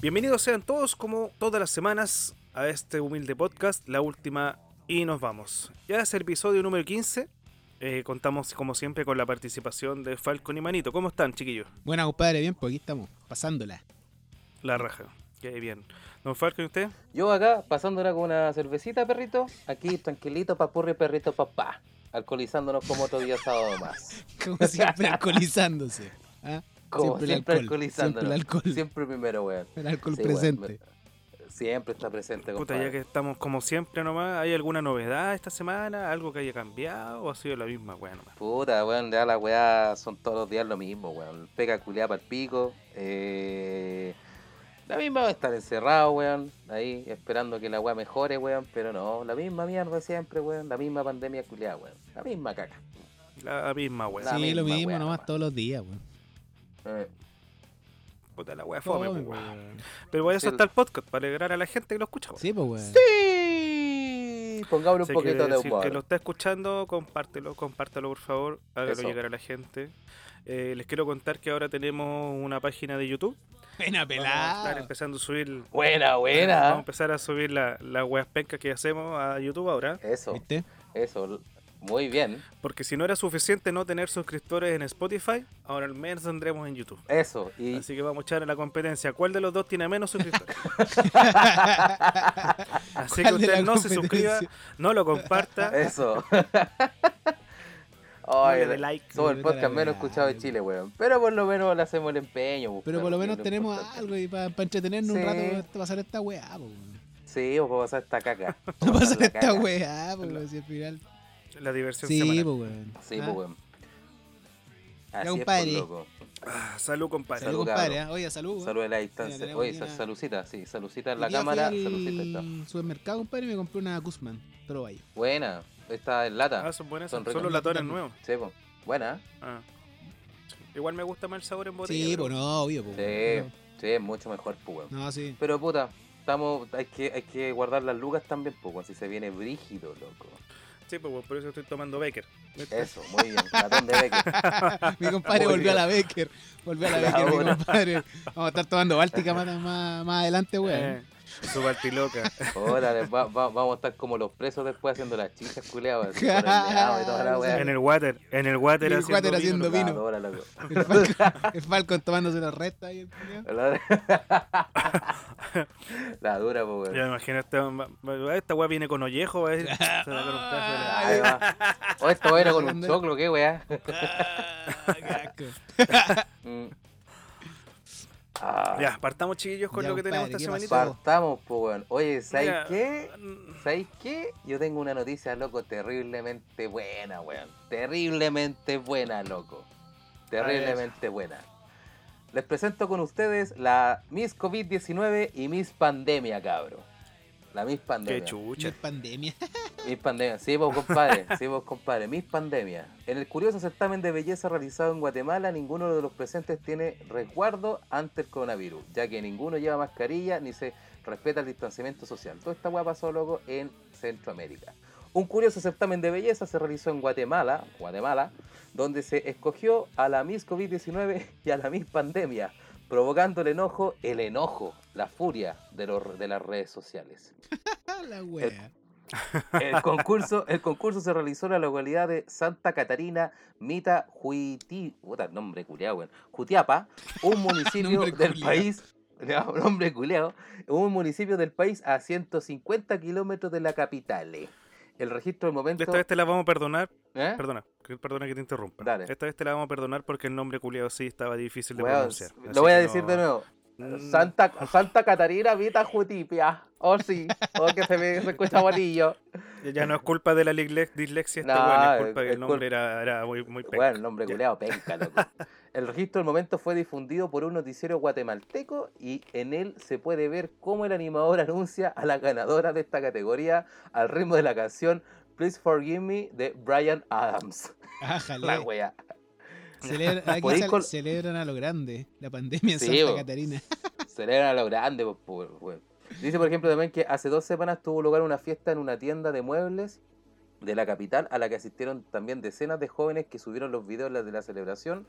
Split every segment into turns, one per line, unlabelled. Bienvenidos sean todos, como todas las semanas, a este humilde podcast, la última y nos vamos. Ya es el episodio número 15. Eh, contamos, como siempre, con la participación de Falcon y Manito. ¿Cómo están, chiquillos?
Buena, compadre, bien, pues aquí estamos, pasándola.
La raja. Qué bien. ¿Don Falcon y usted?
Yo acá, pasándola con una cervecita, perrito. Aquí, tranquilito, papurri, perrito, papá. Alcoholizándonos como otro día sábado más.
Como siempre, alcoholizándose. ¿ah?
Como siempre,
el alcohol,
alcoholizándonos.
Siempre el alcohol.
Siempre primero, weón.
el alcohol
Sí, weón,
presente.
me- Siempre está presente,
Puta, ya
compadre.
que estamos como siempre nomás, ¿hay alguna novedad esta semana? ¿Algo que haya cambiado o ha sido la misma weá nomás?
Puta, weón, ya la weá son todos los días lo mismo, weón. Pega culiada para el pico. Eh, la misma va a estar encerrado, weón. Ahí, esperando que la weá mejore, weón. Pero no, la misma mierda siempre, weón. La misma pandemia culiada, weón. La misma caca.
La misma weá.
La
Sí, lo
misma
mismo
weá
nomás
nomás.
todos los días, weón.
Eh,
Puta, la weá fome,
Fome,
pues, weón.
weón.
Pero voy a hacer
Sí.
hasta el podcast para alegrar a la gente que lo escucha. weón.
Sí, pues, weón.
Sí. Pongámosle
Si
un
hay que
poquito de
decir
humor.
que lo está escuchando, compártelo, compártalo por favor, hágalo
Eso.
llegar a la gente. Eh, les quiero contar que ahora tenemos una página de YouTube. Vamos
Buena
a estar
pelada.
empezando a subir.
Buena,
Vamos a
buena.
empezar a subir la- las weas pencas que hacemos a YouTube ahora.
Eso,
¿Viste?
eso. Muy bien.
Porque si no era suficiente no tener suscriptores en Spotify, ahora al menos tendremos en YouTube.
Eso. Y
Así que vamos a echar a la competencia. ¿Cuál de los dos tiene menos suscriptores? Así que
¿Cuál de
usted
la
no se suscriba,
competencia?
no lo comparta.
eso.
No
Ay,
le dé like.
somos el
Vete a la
podcast
weá,
menos escuchado de
weón.
Chile, weón. Pero por lo menos le hacemos el empeño. pues,
Pero por
perro,
lo
que es
menos tenemos
importante.
algo y para entretenernos
Sí.
un rato, weón, pasar esta weá, po, weón.
Sí, o para pasar esta caca.
No
Para
pasar
la
esta
caca.
weá, po, weón, si al final.
La diversión
Sí,
semanal.
pues, weón.
Sí,
Ah,
pues, weón. Así es, pues,
compadre.
loco.
Ah, salud, compadre.
Salud,
Salud,
compadre.
cabrón.
ah. Oye, salud, weón.
Salud en la
Mira,
distancia.
tenemos
Oye,
aquí una-
salucita, sí, salucita en
Hoy
la
día fui
cámara.
al
Salucita está.
supermercado, compadre, y me compré una Guzmán. Pero vaya.
Buena, está en lata.
Ah, son buenas. Son,
Son
son los
ricas.
latones nuevos.
Sí, pues. Buena.
Ah. Igual me gusta más el sabor en botella.
Sí,
pero-
pues no, obvio, po,
Sí,
weón.
Mm.
sí, es mucho mejor, pues, weón.
No, sí.
Pero puta, estamos, hay que, hay que guardar las lucas también, pues, weón, si se viene brígido, loco.
Sí, pues bueno, por eso estoy tomando Baker.
Eso, muy bien, ratón de Becker.
Mi compadre
Muy
volvió a
bien.
la Becker. Volvió a la
La
Becker, mi
hora.
compadre. Vamos a estar tomando Báltica más, más, más adelante, weón.
Eh, su baltiloca.
Órale, va- va- vamos a estar como los presos después haciendo las chichas culeadas, así, con el meado y toda la weá.
en el water. En el water
En el
haciendo
water haciendo
vino.
vino.
Ahora, loco.
El, Falcon, el Falcon tomándose la resta ahí, el culiao.
La dura,
Ya
pues,
me
weón.
imagino, esta, esta weá viene con ollejo. va a ir- se va con un pedazo de la-
Ahí va. O esto era con un choclo, qué weá. Ah, Mm. Ah,
Ya, partamos chiquillos con
Ya,
lo que tenemos esta
compadre, ¿qué
semanita.
pasó?
partamos, pues, weón. Oye, ¿sabes
Mira,
qué?
mm,
¿Sabéis qué? Yo tengo una noticia, loco, terriblemente buena, weón. Terriblemente buena, loco. Terriblemente buena. Les presento con ustedes la Miss COVID-19 y Miss Pandemia, cabro. La Miss
Qué
Pandemia.
chucha.
Mil pandemia.
Miss Pandemia, sí vos compadre, sí vos compadre, Miss Pandemia. En el curioso certamen de belleza realizado en Guatemala, ninguno de los presentes tiene resguardo ante el coronavirus, ya que ninguno lleva mascarilla ni se respeta el distanciamiento social. Toda esta hueá pasó, loco, en Centroamérica. Un curioso certamen de belleza se realizó en Guatemala, Guatemala, donde se escogió a la Miss COVID-19 y a la Miss Pandemia, provocando el enojo, el enojo, la furia de, los, de las redes sociales.
Ah, la
Eh,
wea.
El concurso, el concurso se realizó en la localidad de Santa Catarina, Mita Juiti, puta, nombre culiao, weón, Jutiapa, un municipio
Nombre
del
culiao.
país, ya, nombre culiao, un municipio del país a 150 kilómetros de la capital. eh. El registro del momento.
Esta vez te la vamos a perdonar.
¿eh?
Perdona, que- perdona que te interrumpa.
Dale.
Esta vez te la vamos a perdonar porque el nombre culiado sí estaba difícil de
Weón,
pronunciar. Así
lo voy a
que
decir
no-
de nuevo.
Mm.
Santa, Santa Catarina, Mita Jutipia. Oh, sí. Oh, que se me se escucha bonillo.
Ya- Ya no es culpa de la ligle- dislexia este
No,
weón, es
es-
culpa que
es
el nombre
culpa-
era, era muy, muy penca.
Bueno, el nombre
Ya.
culeado, penca, loco. El registro del momento fue difundido por un noticiero guatemalteco y en él se puede ver cómo el animador anuncia a la ganadora de esta categoría al ritmo de la canción Please Forgive Me de Brian Adams.
Ájale.
La wea.
Celebra- aquí
Podéis
cel-
col-
celebran a lo grande la pandemia en
Sí,
Santa
bo.
Catarina.
Celebra lo grande, po, po, weón. Dice, por ejemplo, también que hace dos semanas tuvo lugar una fiesta en una tienda de muebles de la capital a la que asistieron también decenas de jóvenes que subieron los videos de la celebración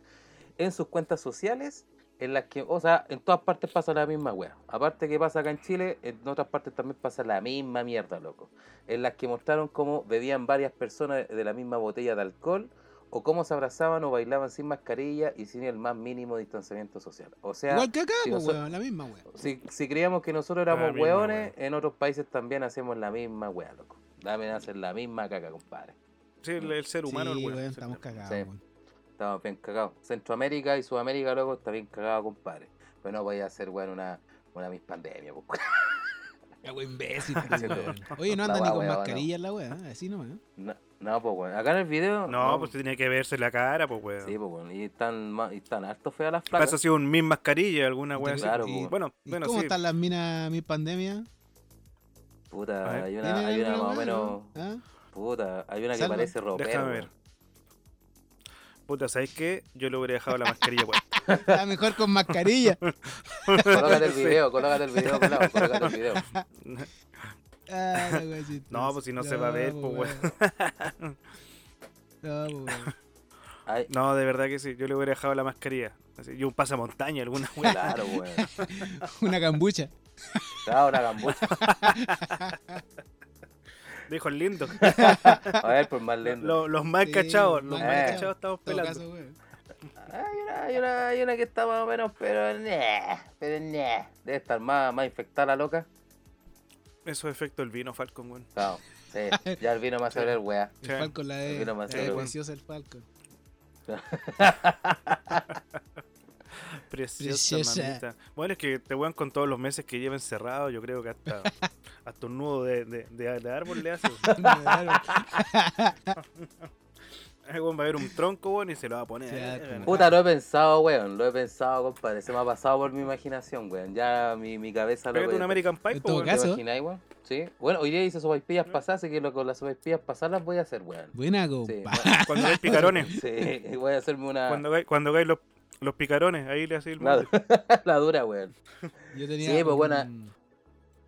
en sus cuentas sociales en las que, o sea, en todas partes pasa la misma wea. Aparte que pasa acá en Chile, en otras partes también pasa la misma mierda, loco. En las que mostraron cómo bebían varias personas de la misma botella de alcohol o cómo se abrazaban o bailaban sin mascarilla y sin el más mínimo distanciamiento social. O sea,
Igual que acá,
si
po,
nosotros-
weón, la misma, weón.
si, si creíamos que nosotros
La
éramos
misma
weones, en otros países también hacemos la misma wea, loco. Dame hacer la misma caca, compadre.
Sí, el, el ser humano,
sí,
el weón.
weón,
Sí,
estamos
también.
cagados,
Sí.
weón.
Estamos bien cagados. Centroamérica y Sudamérica, loco, está bien cagado, compadre. Pero no podía hacer, weón, una, una mis pandemia, pues.
Ya, weón, imbécil, po,
Sí,
weón. Oye, no
La
anda ni
weá,
con
weá,
mascarilla la weá, ¿eh? así nomás.
No, no, pues, weón. Acá en el video.
No, pues tiene que verse la cara, pues, weón.
Sí, pues, weón. Y están, ma- y están harto feas las
Pasa
placas.
así un min mascarilla, alguna weón. así.
Claro,
y,
po.
Bueno,
¿y
bueno,
¿Cómo
sí.
están las minas mi pandemia?
A ver.
Puta, hay una,
¿Tienen
hay una
alguna
más o
weá,
menos.
no? ¿Ah?
Puta, hay una que
Salva.
parece ropero.
Déjame ver.
weón.
Puta, ¿sabes qué? Yo le hubiera dejado la mascarilla puesta.
Está Ah, mejor con mascarilla.
Colócate el video, colócate el video, colado, colócate el video.
Ah, la weá chistosa.
No, pues si no se va a ver,
po,
pues, weón.
No, po, weón.
Ay,
No, de verdad que sí. Yo le hubiera dejado la mascarilla. Así, y un pasamontaña, alguna weón.
claro, weón.
Una cambucha.
Claro, una gambucha.
Dijo el lindo.
A ver, por más lento.
Lo- los más
Sí,
cachados,
los
los
más
más cachados
cachados.
estamos
En todo
pelando.
caso, weón.
Hay una, hay una, hay una que está más o menos, pero nah, pero nah. Debe estar más, más infectada la loca.
Eso es efecto del vino, Falcon, weón.
Claro, sí. Ya el vino me hace oler weá.
El
Sí.
Falcon la
Yo
es.
quiero
La
más
es
seguro.
preciosa el Falcon.
Preciosa,
Preciosa.
mamita. Bueno, es que te weón con todos los meses que lleva encerrado, yo creo que hasta, hasta un nudo de, de, de- de árbol le hace. El weón va a ver un tronco, weón, y se lo va a poner. Eh,
Ya, como-
Puta, lo he pensado, weón. Lo he pensado, compadre. Se me ha pasado por mi imaginación, weón. Ya mi, mi cabeza lo
Pégate un
weón.
American Pie,
En
po,
todo
weón.
caso-
¿Te imagináis, weón? Sí. Bueno, hoy día hice sopaipillas
Mm.
pasadas, así que lo- con las sopaipillas pasadas las voy a hacer, weón.
Buena, go.
Sí,
pa.
bueno,
Cuando hay picarones.
sí, voy a hacerme una.
Cuando hay, cuando hay los, los picarones, ahí le hace el
La, la dura, weón.
Yo tenía.
Sí, pues,
un-
buena.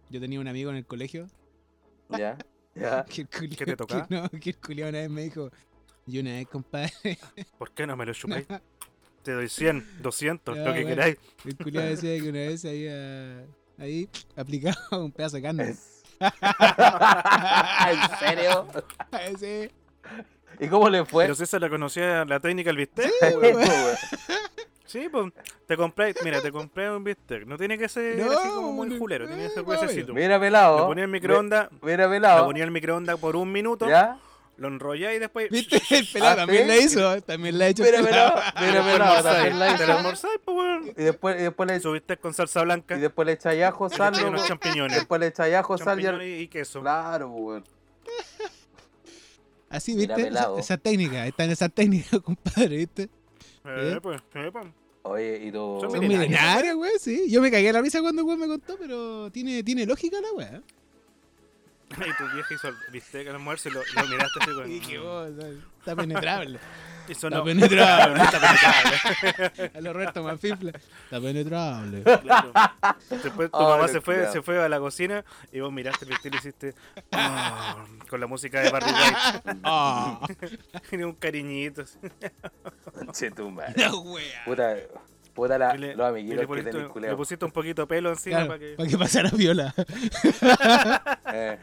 Yo tenía un amigo en el colegio.
Ya, ya.
Que el culiao,
Ah, ¿Qué te tocaba?
que no, que el culiao una vez me dijo. Y una vez, compadre.
¿Por qué no me lo chupáis? Te doy 100, 200,
Ya,
lo que
weón.
queráis.
El culiao decía que una vez había. Ahí aplicado un pedazo de carne.
Es- ¿En serio?
Ese.
¿Y cómo le fue?
Pero César la conocía la técnica del bistec.
Sí,
weón.
weón.
Sí, pues. Te compré, mira, te compré un bistec. No tiene que ser
No,
así como muy
no,
culero, tiene que ser
no,
huesecito. Lo
Mira pelado.
ponía en microondas,
Mi- Mira
lo
pelado.
ponía en microondas por un minuto,
¿Ya?
lo enrollé y después.
¿Viste? El pelado
¿Ah,
también
sí?
la hizo. También la ha hecho. el
Mira pelado. Mira
Te lo
pelado.
almorzáis,
también la
te lo
hizo.
almorzáis, pues, weón.
Y después, y después le
Su bistec con salsa blanca,
y después le echa ajo,
le
sal,
echáis unos
loco.
champiñones.
después le echa ajo, sal y
champiñones y queso.
Claro, pues, weón.
Así,
Mira,
¿viste? Esa,
pelado.
esa técnica, está en esa técnica, compadre, ¿viste?
Eh, pues, eh, pues.
Oye, y tú.
Son
Son
Milenario.
milenarios, güey, sí. Yo me cagué a la risa cuando el güey me contó, pero tiene, tiene lógica la weá.
Y tu vieja hizo el bistec al almuerzo y lo, lo miraste así con.
Y dije, oh, está- está penetrable.
Y
Está
sonó.
penetrable.
Está penetrable.
A lo Roberto Manfifla. Está penetrable.
Claro. Después tu
Ah,
mamá
no,
se fue,
cuidado.
se fue a la cocina y vos miraste el bistec y hiciste "Ah", con la música de Barry White.
Ah,
Tiene un cariñito. así.
Che, tu madre.
la weá.
Puta, puta la,
Y le-
los
y le,
amiguitos que
pusiste,
tenéis
le
culeo.
pusiste un poquito de pelo encima
Claro,
para que.
para que pasara viola.
Eh,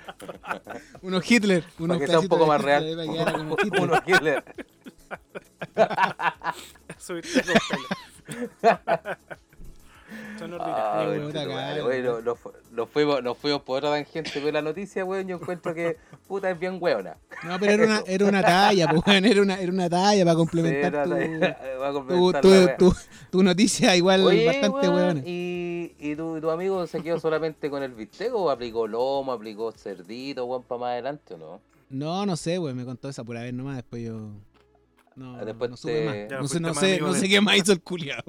Unos Hitler. Unos
para que sea un
pedacitos
poco
de
más
Hitler
real.
ahí para que haga como Hitler.
Uno Hitler.
subiste con pelo. Son
Ah,
ordinarios.
Qué
bueno,
puta
puta
cara,
madre, güey,
weón.
nos- nos- nos fuimos, nos fuimos por otra tangente, pero la noticia, weón, yo encuentro que puta es bien weona.
No, pero era una, era una talla, pues, weón. Era una, era una talla para complementar tu,
Va a
tu,
complementar la
tu,
wea.
tu, tu noticia, igual
Oye,
bastante
weón,
weona.
¿Y, y tu, tu amigo se quedó solamente con el bistec o aplicó lomo, aplicó cerdito, weón, para más adelante o no?
No, no sé, güey, me contó esa pura vez nomás, después yo... No,
Ah, después
no
te-
supe
Ya,
más. No sé,
fuiste
no
más
sé,
amigo
no
de-
sé qué más hizo el culiao.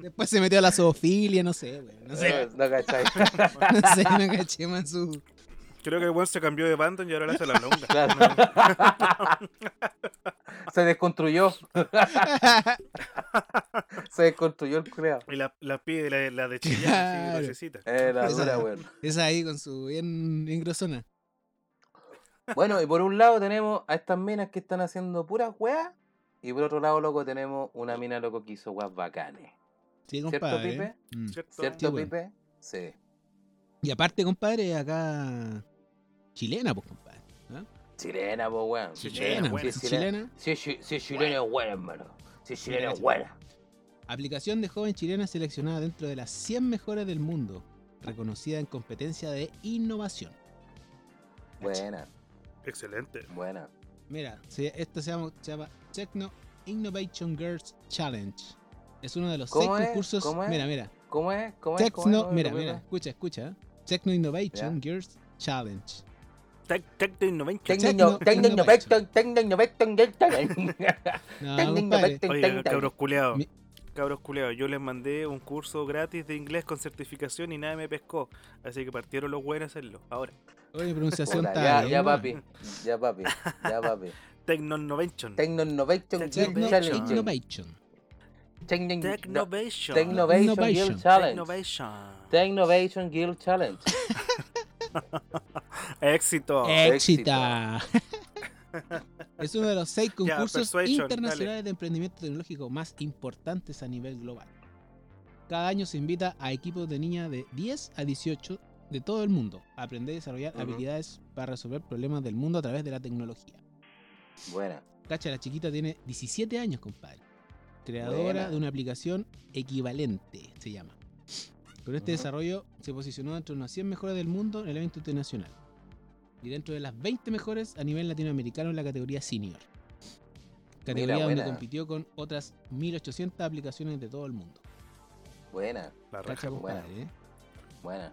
después se metió a la zoofilia, no sé, güey, no sé,
Eh, No, cachai.
no sé, no caché más su...
Creo que el buen se cambió de bando y ahora le hace la longa.
Claro. se desconstruyó. se desconstruyó el culeado.
Y la, la pide, la, la de chillar,
Claro.
así, necesita.
Eh, la
Esa-
dura, weón.
Esa ahí con su bien, bien grosona.
Bueno, y por un lado tenemos a estas minas que están haciendo puras weas Y por otro lado, loco, tenemos una mina, loco, que hizo guas bacanes.
Sí,
¿Cierto,
compadre.
Pipe?
Mm.
¿Cierto?
¿Cierto,
Sí, bueno.
Pipe? Sí.
Y aparte, compadre, acá. Chilena, pues, compadre. ¿ah?
Chilena, pues, weón.
Sí,
Chilena,
buena.
pues,
Sí,
chilena.
Si es, chi- si es chilena, es buena, hermano. Si es chilena, es
Chilena,
buena.
Aplicación de joven chilena seleccionada dentro de las 100 mejores del mundo. Reconocida en competencia de innovación.
Buena,
Excelente.
buena.
Mira, se- esto se llama, se llama Techno Innovation Girls Challenge. Es uno de los seis
¿Cómo es?
concursos.
¿Cómo es?
Mira, mira.
¿Cómo es? ¿Cómo es? ¿Cómo es?
Techno,
¿Cómo es?
mira,
¿Cómo es?
mira, escucha, escucha. ¿eh? Techno Innovation Girls Challenge.
Tec- Tec de Innovation.
Tecno-
Tecno- Tecno
Innovation.
Tecno Innovation, Tecno
No, compadre.
Innovation,
Oye, cabros culeados.
Mi-
Cabros culeados, yo les mandé un curso gratis de inglés con certificación y nadie me pescó. Así que partieron los buenos a hacerlo. Ahora,
Oye, pronunciación
Puta,
está
ya,
bien,
ya,
weón.
papi. Ya, papi. Ya, papi.
Techno Innovation.
Tecno Innovation
Tecno-
Girl
Techno
Challenge.
Innovation.
Tecno no,
Technovation.
Tecnovation
Innovation.
Girl Challenge.
Technovation.
Tecnovation Girl Challenge.
Éxito.
Eh,
Éxita. es uno de los seis concursos
Persuasion,
internacionales
dale.
de emprendimiento tecnológico más importantes a nivel global. Cada año se invita a equipos de niñas de 10 a 18 de todo el mundo a aprender y desarrollar
Ujú.
habilidades para resolver problemas del mundo a través de la tecnología.
Buena.
Cacha, la chiquita tiene 17 años, compadre. Creadora
Buena.
de una aplicación equivalente, se llama. Con este
Ujú.
desarrollo se posicionó entre las 100 mejores del mundo en el evento internacional. Y dentro de las 20 mejores a nivel latinoamericano en la categoría senior. Categoría donde
buena.
compitió con otras 1800 aplicaciones de todo el mundo.
Buena.
La raja.
Cacha,
buena.
compadre, ¿eh?
Buena.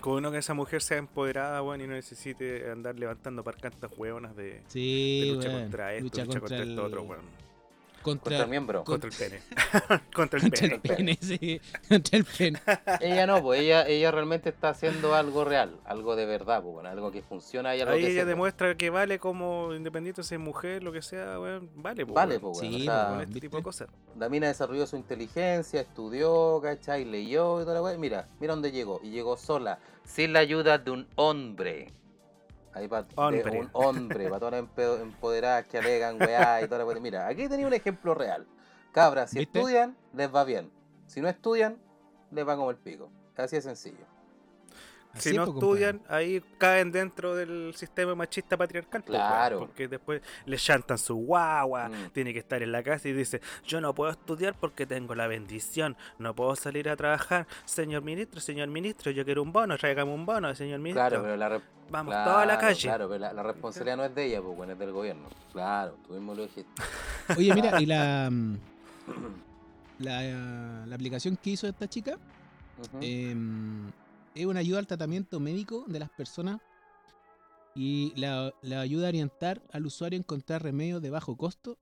Con uno que esa mujer sea empoderada, weón, y no necesite andar levantando parcantas hueonas de, de
Sí,
lucha
weón.
contra esto, lucha, contra,
el-
esto otro, weón.
Contra,
Contra el miembro.
Con-
Contra el pene. contra el
contra
pene.
el pene, sí. Contra el pene.
Ella no, pues ella, ella realmente está haciendo algo real, algo de verdad, pues, bueno, algo que funciona y algo
Ahí
que
ella
sirve.
demuestra que vale como independiente, si es mujer, lo que sea, weón, vale, po,
Vale,
weón.
pues, bueno,
Sí, pues,
o sea,
Con
weón.
este tipo de cosas.
La mina desarrolló su inteligencia, estudió, ¿cachai? Leyó y toda la weá. Mira, mira dónde llegó. Y llegó sola, sin la ayuda de un hombre. Ahí para
Hombre.
un hombre, para todas las empe- empoderadas que alegan, weá, y toda la weá. Mira, aquí tenía un ejemplo real. Cabras, si
¿Viste?
estudian, les va bien. Si no estudian, les va como el pico. Así de sencillo.
Así
Si no
es, po, compadre.
estudian, ahí caen dentro del sistema machista patriarcal. po, weón,
Claro.
porque después le chantan su guagua,
Mm.
tiene que estar en la casa y dice, yo no puedo estudiar porque tengo la bendición, no puedo salir a trabajar. Señor ministro, señor ministro, yo quiero un bono, tráigame un bono, señor ministro.
Claro, pero la, re-
Vamos
claro,
toda la calle.
Claro, pero la, la responsabilidad no es de ella, pues, bueno, es del gobierno. Claro, tú mismo lo dijiste.
Oye, mira, y la, mm, la, la aplicación que hizo esta chica
Ujú.
em, es una ayuda al tratamiento médico de las personas y la, la ayuda a orientar al usuario a encontrar remedios de bajo costo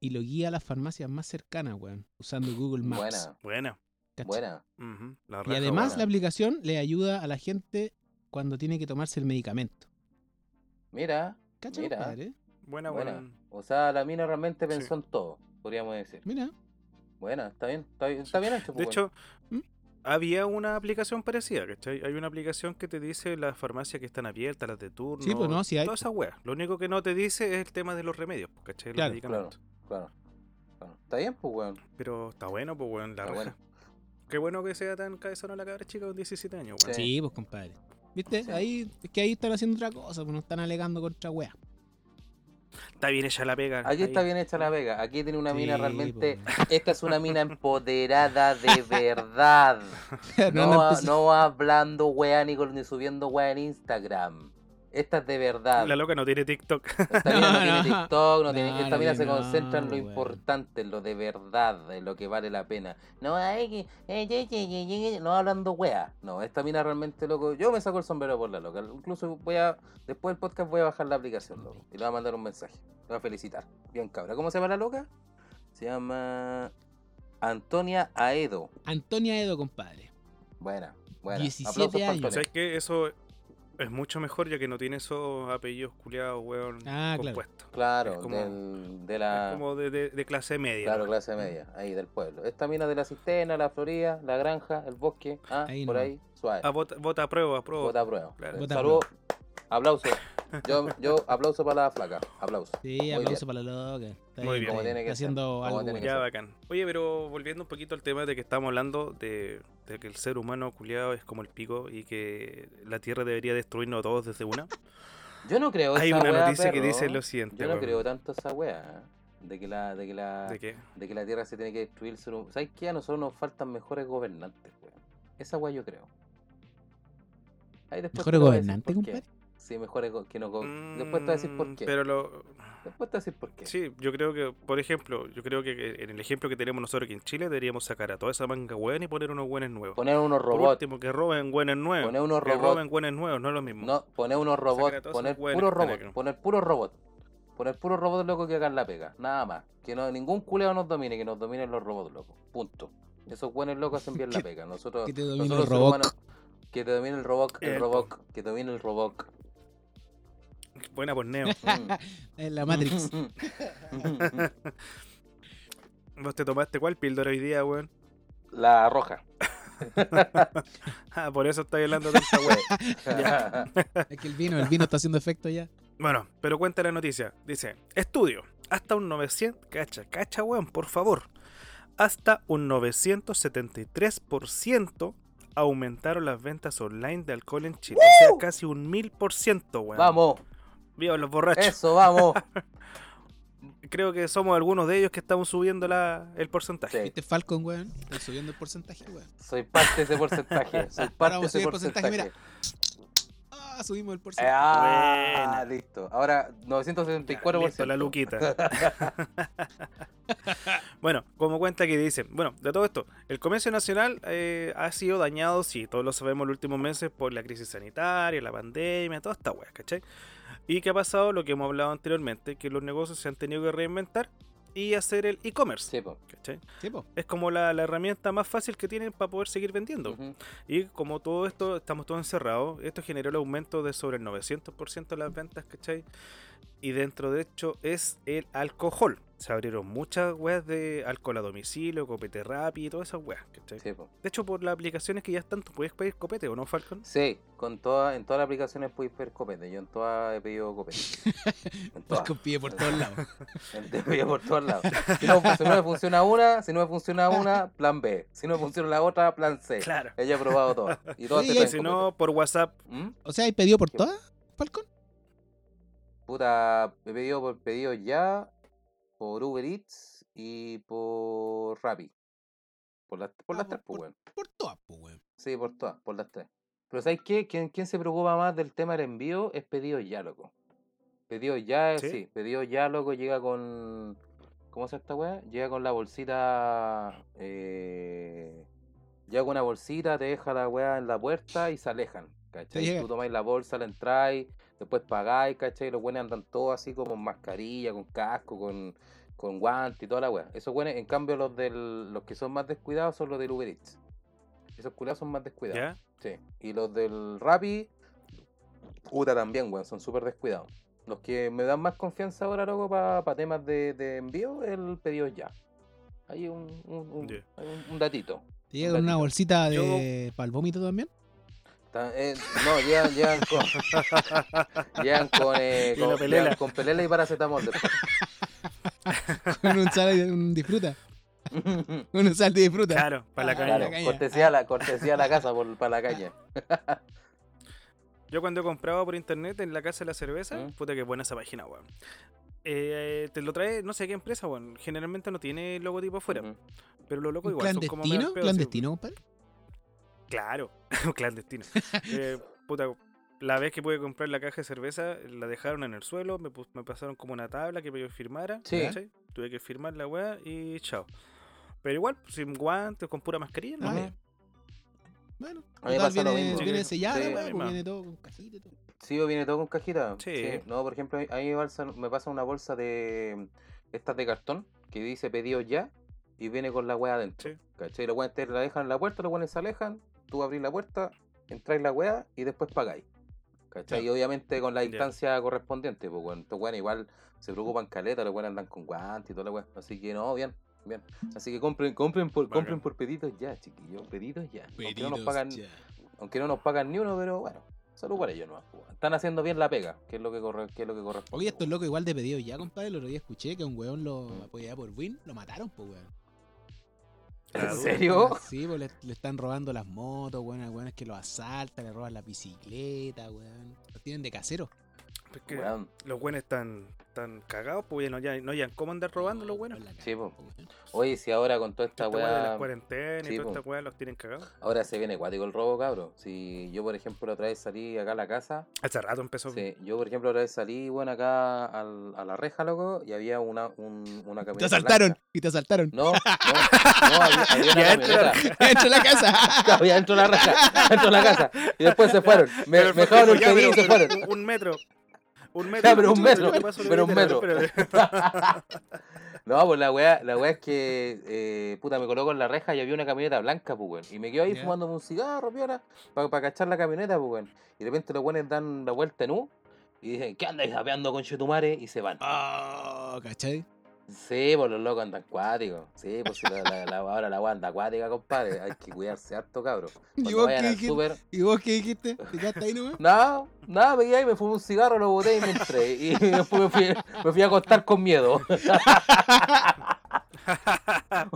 y lo guía a las farmacias más cercanas, weón, usando Google Maps.
buena,
Buena.
¿cachai?
buena.
Ujú, la
Y
raja,
además
buena.
la aplicación le ayuda a la gente cuando tiene que tomarse el medicamento.
Mira,
¿Cachai,
Mira.
compadre?
Buena, buena.
Buena. O sea, la mina realmente pensó
Sí.
en todo, podríamos decir.
Mira.
Buena, está bien, está bien, está bien
De
hecho. pues,
hecho,
¿Mm?
había una aplicación parecida, ¿cachai? Hay una aplicación que te dice las farmacias que están abiertas, las de turno.
Sí, pues, no, sí hay,
Todas esas weas. Lo único que no te dice es el tema de los remedios, pues, ¿cachai? Los
Claro.
medicamentos.
bueno, claro, claro. Está bien, pues, weón.
Pero está bueno, pues, weón, la raja.
Está bueno.
Qué bueno que sea tan cabezona la cabra chica con 17 años, weón.
Sí.
Sí, pues compadre. ¿Viste?
Sí.
Ahí, es que ahí están haciendo otra cosa, pues no están alegando contra weas.
Está bien ella la pega.
Aquí
ahí.
está bien hecha la vega. Aquí tiene una mina
Sí, pues,
realmente. Esta es una mina empoderada de verdad.
pues. No,
No,
no,
a-
entonces-
no hablando weá ni, con- ni subiendo weá en Instagram. Esta es de verdad.
La loca no tiene TikTok.
Esta mina no,
No, no.
tiene TikTok, no tiene-
No,
esta
no
mina se
tiene-
concentra en
no,
lo
weón.
importante, en lo de verdad, en lo que vale la pena. No, ay, que- eh, ye, ye, ye, ye, ye, no hablando wea. No, esta mina realmente loco. Yo me saco el sombrero por la loca. Incluso voy a, después del podcast voy a bajar la aplicación, loco. Y le voy a mandar un mensaje. Le voy a felicitar. Bien cabra. ¿Cómo se llama la loca? Se llama Antonia Aedo.
Antonia Edo, compadre.
Buena, buena.
17
para
años.
Antonia.
¿Sabes qué? Eso es mucho mejor ya que no tiene esos apellidos culiados, weón,
Ah, claro.
compuestos.
Claro,
Es como-
del- de
Es
la.
como de, de- de clase media.
Ah. Claro, clase media, ahí del pueblo. Esta mina de la cisterna, la Florida, la granja, el bosque, ah,
Ahí
por
nomás.
ahí, suave.
Ah, vota, vota a prueba, a prueba.
Vota a prueba.
Ah, claro.
Un
Vota a
saludo, aplauso. Yo, yo aplauso para la flaca. Aplauso.
Sí, aplauso
bien.
para la loca. Está
Muy bien.
está
Como
tiene que
está
ser,
haciendo
como
algo.
tiene
bueno.
que
Ya, bacán. Oye, pero volviendo un poquito al tema de que estábamos hablando de, de que el ser humano culiado es como el pico y que la Tierra debería destruirnos a todos desde una.
Yo no creo
Hay
esa
una
weá,
noticia que
perro.
dice lo siguiente.
Yo no
weón.
creo tanto esa weá. ¿eh? De que la, de que la,
¿De qué?
de que la tierra se tiene que destruir. solo- ¿Sabes qué? A nosotros nos faltan mejores gobernantes, weón. Esa weá yo creo. Ahí después
¿Mejores
te voy a decir
gobernantes,
por qué.
compadre?
Sí, mejores go- que no go- Después te voy a decir por
Mm,
qué.
Pero lo...
Después te voy a decir por qué.
Sí, yo creo que, por ejemplo, yo creo que en el ejemplo que tenemos nosotros aquí en Chile deberíamos sacar a toda esa manga hueón y poner unos hueones nuevos.
Poner unos
Por
robots.
último, que roben hueones nuevos.
Poner unos
Que
robots.
roben hueones nuevos, no es lo mismo.
No, poner unos
Sacar a
robots,
todos esos
poner
hueones
puros
que están
robots,
acá.
poner puros robots. Poner puros robots locos que hagan la pega, nada más. Que no, ningún culeo nos domine, que nos dominen los robots locos. Punto. Esos buenos locos hacen bien la
Que-
pega. Nosotros,
que te domine
nosotros
el
seres
robot.
humanos- que te domine el robot, el
Eh,
robot, que domine el robot.
Buena por Neo.
Mm.
En la Matrix.
¿Vos te tomaste cuál píldora hoy día, weón?
la roja.
Ah, por eso está hablando de esta weón.
es que el vino, el vino está haciendo efecto ya.
Bueno, pero cuenta la noticia. Dice, estudio, hasta un 900, cacha, cacha, weón, por favor. Hasta un 973% aumentaron las ventas online de alcohol en Chile. O sea, casi un 1000%, weón.
vamos,
Viva los borrachos.
eso, vamos.
Creo que somos algunos de ellos que estamos subiendo la, el porcentaje.
Sí,
Este Falcon, weón, está subiendo el porcentaje, weón.
soy parte de ese porcentaje. Soy parte
Ahora
de
vamos a
ese
subir el porcentaje,
porcentaje.
mira. Ah, subimos el porcentaje.
Buena.
Ah, listo. Ahora, 974%.
Listo, la luquita. bueno, como cuenta que dicen, bueno, de todo esto, el comercio nacional eh, ha sido dañado, sí, todos lo sabemos los últimos meses por la crisis sanitaria, la pandemia, toda esta wea, ¿cachai? Y que ha pasado lo que hemos hablado anteriormente, que los negocios se han tenido que reinventar y hacer el e-commerce,
Sí, po.
¿cachai?
Sí, po.
Es como la, la herramienta más fácil que tienen para poder seguir vendiendo.
Ujú.
Y como todo esto, estamos todos encerrados, esto generó el aumento de sobre el 900% de las ventas, ¿cachai? Y dentro de hecho es el alcohol. Se abrieron muchas weas de alcohol a domicilio, copete rápido y todas esas weas, ¿cachai?
Sí, po.
De hecho, por las aplicaciones que ya están, tú puedes pedir copete, ¿o no, Falcon?
Sí, con toda, en todas las aplicaciones puedes pedir copete. Yo en todas he pedido copete. En todas.
Falcon pide por todos lados.
He pedido por todos lados. Si no, pues, si no me funciona una, si no me funciona una, plan B. Si no me funciona la otra, plan C.
Claro.
Ella ha probado todas. Y todas
Sí,
Este
Y si
y
te traen copete.
no, por WhatsApp.
¿Mm?
O sea, ¿hay pedido por
Sí.
todas, Falcon?
Puta, he pedido por pedido ya, por Uber Eats y por Rappi. Por las, por
Ah,
las
por-
tres, pues,
por-
weón.
Por todas, pues, weón.
Sí, por todas, por las tres. Pero ¿sabes qué? ¿Quién, quién se preocupa más del tema del envío? Es pedido ya, loco. Pedido ya, eh,
¿Sí?
¿Sí? pedido ya, loco, llega con. ¿Cómo se llama esta weá? Llega con la bolsita. Eh... Llega con una bolsita, te deja la weá en la puerta y se alejan, ¿cachai?
llega.
Tú tomáis la bolsa, la entráis, después pagáis, ¿cachai? Los buenos andan todos así como con mascarilla, con casco, con, con guante y toda la weá. Esos buenos, en cambio, los del, los que son más descuidados son los del Uber Eats. Esos culiados son más descuidados.
¿Ya?
Sí. Y los del Rappi, puta también, weón, son súper descuidados. Los que me dan más confianza ahora, loco, para temas de, de envío, el pedido ya. Hay un, un, un-
Ya.
hay un- un datito.
Te llega con una
Platito.
bolsita de. para el vómito también.
Ta- eh, no, llegan, llegan con. llegan con, eh,
Y
con,
la pelela.
llegan con pelela y paracetamol. después.
Con un sal de un disfruta. Con un sal de disfruta.
Claro, para la
Ah,
caña.
claro,
caña.
cortesía a la, cortesía a la casa por, para la calle.
Yo cuando compraba por internet en la casa de la cerveza,
¿Mm?
puta que buena esa página, weón. Eh, te lo trae no sé qué empresa, weón. Generalmente no tiene logotipo afuera,
Ujú.
pero lo loco
¿Un
igual son como medio
clandestino?
feos, sí. pues.
¿Clandestino, compadre?
Claro, un clandestino. Eh, puta, la vez que pude comprar la caja de cerveza, la dejaron en el suelo, me, pus- me pasaron como una tabla que yo firmara.
Sí.
¿cachai? Tuve que firmar la weá y chao. Pero igual, pues, sin guantes, con pura mascarilla, no
Ah,
hay-
Bueno,
A mí me
total,
pasa lo
viene,
mismo.
viene
Sí,
sellada,
sí,
weón,
la
pues,
misma.
viene todo con cajita y todo.
Sí, o viene todo con cajita.
Sí.
No, por ejemplo, a mí me pasa, me pasa una bolsa de mm, estas de cartón que dice pedido ya y viene con la weá adentro.
Sí.
¿Cachai? Los weones te la dejan en la puerta, los weones se alejan, tú abrís la puerta, entráis la weá y después pagáis. ¿Cachai?
Ya.
Y obviamente con la
Ya.
distancia correspondiente, pues bueno, estos weones igual se preocupan caleta, los weones andan con guantes y toda la weá. Así que no, bien, bien. Así que compren, compren por,
Bacán.
compren por pedidos ya, chiquillos, pedidos ya. Aunque no nos
Pedidos
pagan,
ya.
aunque no nos pagan ni uno, pero bueno, Salud para ellos nomás. pues, weón. Están haciendo bien la pega, que es lo que, corre, que, es lo que corresponde.
Oye, estos
weón.
locos igual de pedido ya, compadre. El otro día escuché que un weón lo apoyaba por Win, lo mataron, pues, weón.
Claro.
¿En serio?
Sí, pues le, le están robando las motos, weón. Hay weones que lo asaltan, le roban las bicicletas, weón. Los tienen de casero.
Es que
Weón,
los buenos están, están cagados, pues ya no, ya, no hayan cómo andar robando los buenos.
Por la
Sí,
calle,
po.
weón.
Oye, si ahora con toda esta
Esta weá Este de las
weá.
cuarentenas y
Sí,
toda
po.
esta weá los tienen cagados.
Ahora se viene cuático el robo, cabro. Si yo, por ejemplo, otra vez salí acá a la casa.
Hace rato empezó.
Sí, yo, por ejemplo, otra vez salí, bueno, acá al- a la reja, loco, y había una, un, una camioneta.
Te asaltaron
blanca.
y te asaltaron.
No, no, no, había, había
Ya
una
entra
camioneta.
Dentro de la casa.
Había dentro de la reja, dentro de la casa. Y después se fueron. Me,
Pero
me
fue
dejaron
como,
el
ya,
pedido y
pero-
se fueron.
pero Un metro. Un metro.
Ya, pero un metro,
Yo te paso la
pero un
billetera,
metro. No, pues la weá, la weá es que, eh, puta, me coloco en la reja y había una camioneta blanca, pues, weón. Y me quedo ahí
Ya.
fumándome un cigarro, piola, para cachar la camioneta, pues, weón. Y de repente los weones dan la vuelta en U y dicen, ¿qué andáis apeando con Chetumare? Y se van.
Oh, ¿cachai?
Sí, pues los locos andan cuáticos. Sí, pues si la, la- la- ahora la weá anda acuática, compadre. Hay que cuidarse harto, cabrón.
¿Y
Cuando
vos,
vayan
qué
al
dijiste?
súper...
¿Y vos qué dijiste? ¿Te quedaste ahí nomás?
No, nada, me quedé ahí, me fumé un cigarro, lo boté y me entré. Y después me fui, me fui a acostar con miedo. me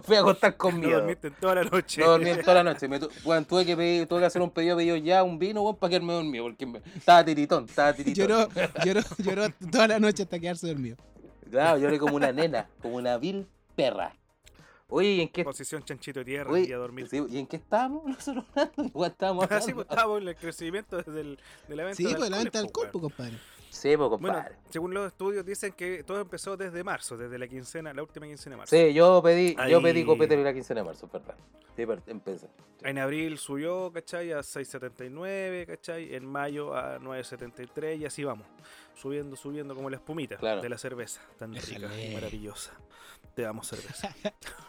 fui a acostar con
No
miedo.
dormiste en toda la noche.
No dormí en toda la noche. Me tu- weón, tuve que pedir, tuve que hacer un pedido, pedido ya un vino, weón, para quedarme dormido, porque me- estaba tiritón, estaba tiritón.
Lloró, lloró, lloró toda la noche hasta quedarse dormido.
Claro, lloré como una nena, como una vil perra. Oye, ¿y en qué,
Posición chanchito de tierra
oye,
y a dormir.
sí, ¿y en qué estábamos nosotros hablando? Igual estábamos hablando.
Así pues, estábamos en el crecimiento desde el, de la venta
Sí,
de
pues la venta del
alcoholes, po,
alcohol, pues, compadre.
Sí, pues,
weón. Bueno,
compadre.
según los estudios dicen que todo empezó desde marzo, desde la quincena, la última quincena de marzo.
sí, yo pedí, yo
Ahí.
pedí copete la quincena de marzo, es ¿verdad? Sí, per- empecé.
En abril subió, ¿cachai? A 6.79, ¿cachai? En mayo a 9.73 y así vamos. Subiendo, subiendo como la espumita
Claro.
de la cerveza. Tan rica,
Déjale.
maravillosa. Te damos cerveza.
Sí,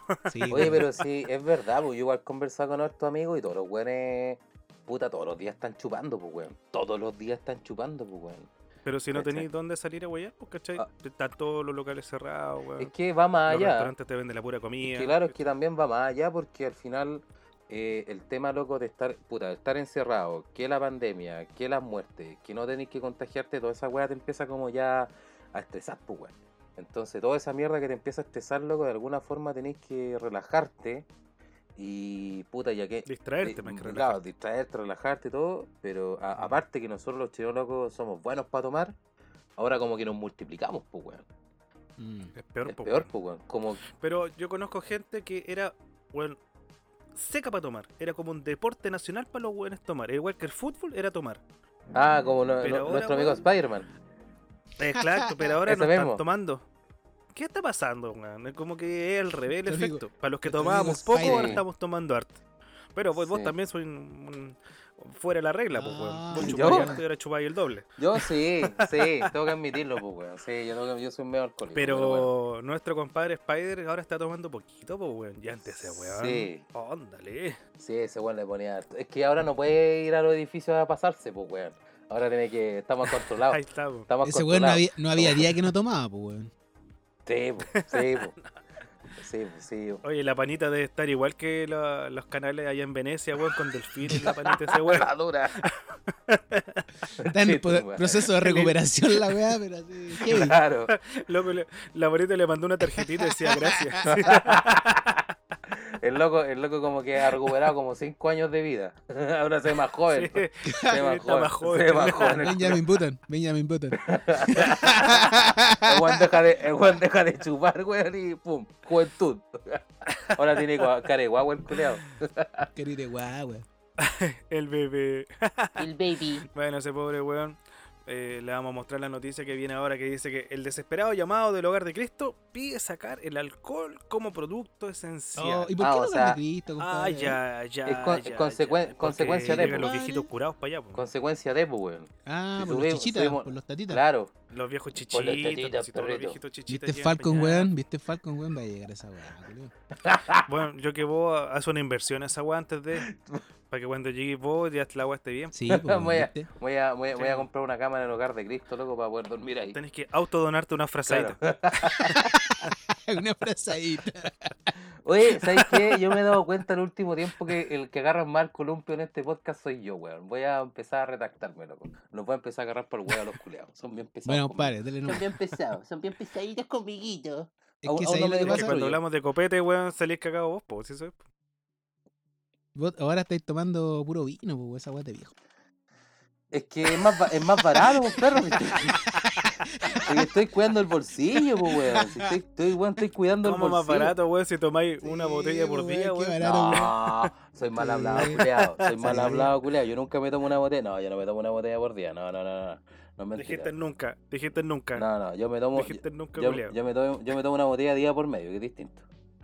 pues.
Oye,
weón.
pero sí, es verdad, pues yo igual conversaba con otro amigo y todos los weones, puta, todos los días están chupando, pues weón. Todos los días están chupando, pues weón.
Pero si no
¿Cachai?
tenéis dónde salir a huellar, pues, ¿cachai?
Ah.
Están todos los locales cerrados, weón.
Es que va más
Los
allá.
restaurantes te venden la pura comida.
Que claro, es que también va más allá porque al final eh, el tema loco de estar, puta, de estar encerrado, que la pandemia, que las muertes, que no tenés que contagiarte, toda esa weá te empieza como ya a estresar, pues weón. Entonces toda esa mierda que te empieza a estresar, loco, de alguna forma tenés que relajarte y puta, ya que...
Distraerte,
eh,
más que
claro,
relajar.
distraerte, relajarte y todo, pero a- aparte que nosotros los chilenos locos somos buenos para tomar, ahora como que nos multiplicamos, pues weón.
Mm.
Es peor,
Es
po,
peor,
weón.
pues weón. Como
Pero yo conozco gente que era, weón, seca para tomar. Era como un deporte nacional para los weones tomar. Igual que el fútbol era tomar.
Ah, como no-
Pero
no-
ahora,
nuestro amigo
weón.
Spider-Man.
Eh, claro, pero ahora
Ese
no están
mismo.
tomando. ¿Qué está pasando, weón? Es como que es el revés el
Nuestro amigo-
efecto. Para los que
nuestro amigo
tomábamos poco, ahora
Spider-Man.
estamos tomando harto. Pero vos, vos
Sí.
también sois un- un- fuera de la regla, pues, weón.
Ah,
Vos
¿yo?
chupáis harto y ahora chupáis el doble.
Yo sí, sí, tengo que admitirlo, pues, weón. Sí, yo, tengo que- yo soy medio alcohólico. bueno.
Pero nuestro compadre Spider ahora está tomando poquito, pues, weón. Ya antes ese weón.
Sí.
Óndale.
Sí, ese weón le ponía harto. Es que ahora no puede ir a los edificios a pasarse, pues, weón. Ahora tiene que. Estamos controlados.
Ahí estamos.
Estamos
Ese weón no
controlados.
había, no había día que no tomaba, pues, weón.
Sí, pues, sí, pues. Sí, pues, sí. pues.
Oye, la panita debe estar igual que la- los canales allá en Venecia, weón, con delfines, la panita ese weón.
Está dura.
Está en
Sí, pues,
el po-
weón.
proceso de recuperación la weá, pero así. heavy.
Claro.
Loco, le- la panita le mandó una tarjetita y decía gracias.
El loco, el loco como que ha recuperado como 5 años de vida. Ahora se ve más
Sí.
joven. Se ve más
Está más
joven. Se ve más joven. el
Benjamin Button, Benjamin Button.
El Juan deja de, el weón deja de chupar, weón, y pum, juventud. Ahora tiene gua- cara de guagua el culeado.
Querido guau, weón.
El bebé.
El baby.
Bueno, ese pobre weón. eh, le vamos a mostrar la noticia que viene ahora que dice que el desesperado llamado del hogar de Cristo pide sacar el alcohol como producto esencial.
Oh, ¿Y por
Ah,
qué
o
no
sea,
gana Cristo,
ah,
compadre?
ya, ya.
Es con-
ya,
consecu-
ya.
consecuencia
Porque
de-
llegan los viejitos curados para allá, po.
Consecuencia de, pues, weón.
Ah,
Si
por los
subimos-
chichitas,
subimos-
por los tatitas.
Claro.
los viejos
Por
chichitos.
las tetitas,
si todos los
perrito.
viejitos chichitas
¿Viste
llegan
Falcon,
pa' allá.
weón? ¿Viste Falcon, weón? Va a llegar esa weá, culiao.
Bueno, yo que vos haces una inversión a esa weá antes de. Para que cuando llegues vos ya la weá esté bien.
Sí, pues, weón,
Voy a,
¿viste?
voy, a, voy, a, voy a
Sí.
comprar una cámara en el hogar de Cristo, loco, para poder dormir ahí.
Tenés que autodonarte una
Claro.
frazadita.
Una frazadita.
Oye, ¿sabes qué? Yo me he dado cuenta el último tiempo que el que agarra más el columpio en este podcast soy yo, weón. Voy a empezar a retractarme, loco. Los voy a empezar a agarrar por el huevo a los culeados. Son bien pesados.
Bueno,
conmigo.
compadre, dele nomás.
Son bien pesados. Son bien pesaditos conmiguitos.
Es
aún-
que
aún
¿sabéis
no
lo que
me
Porque
digo
pasa?
cuando
Oye.
hablamos de copete, weón, salís cagado vos, po, si eso es. po.
Vos ahora estáis tomando puro vino, po, esa weá de viejo.
Es que es más, ba- es más barato, pues, perro. si estoy- Porque estoy cuidando el bolsillo, pues, weón. Si estoy, estoy, weón, estoy cuidando el
¿Cómo
bolsillo.
más barato, weón, si tomáis
Sí,
una botella por
weón,
día,
qué
weón?
barato.
No, soy mal hablado,
Sí.
culeado. Soy mal
Sí.
hablado, culeado. Yo nunca me tomo una botella. No, yo no me tomo una botella por día. No, no, no, no. No es mentira.
Dijiste nunca, dijiste nunca.
No, no, yo me tomo. Yo,
dijiste nunca,
yo-
culiao.
yo me tomo yo me tomo una botella día por medio, que es distinto.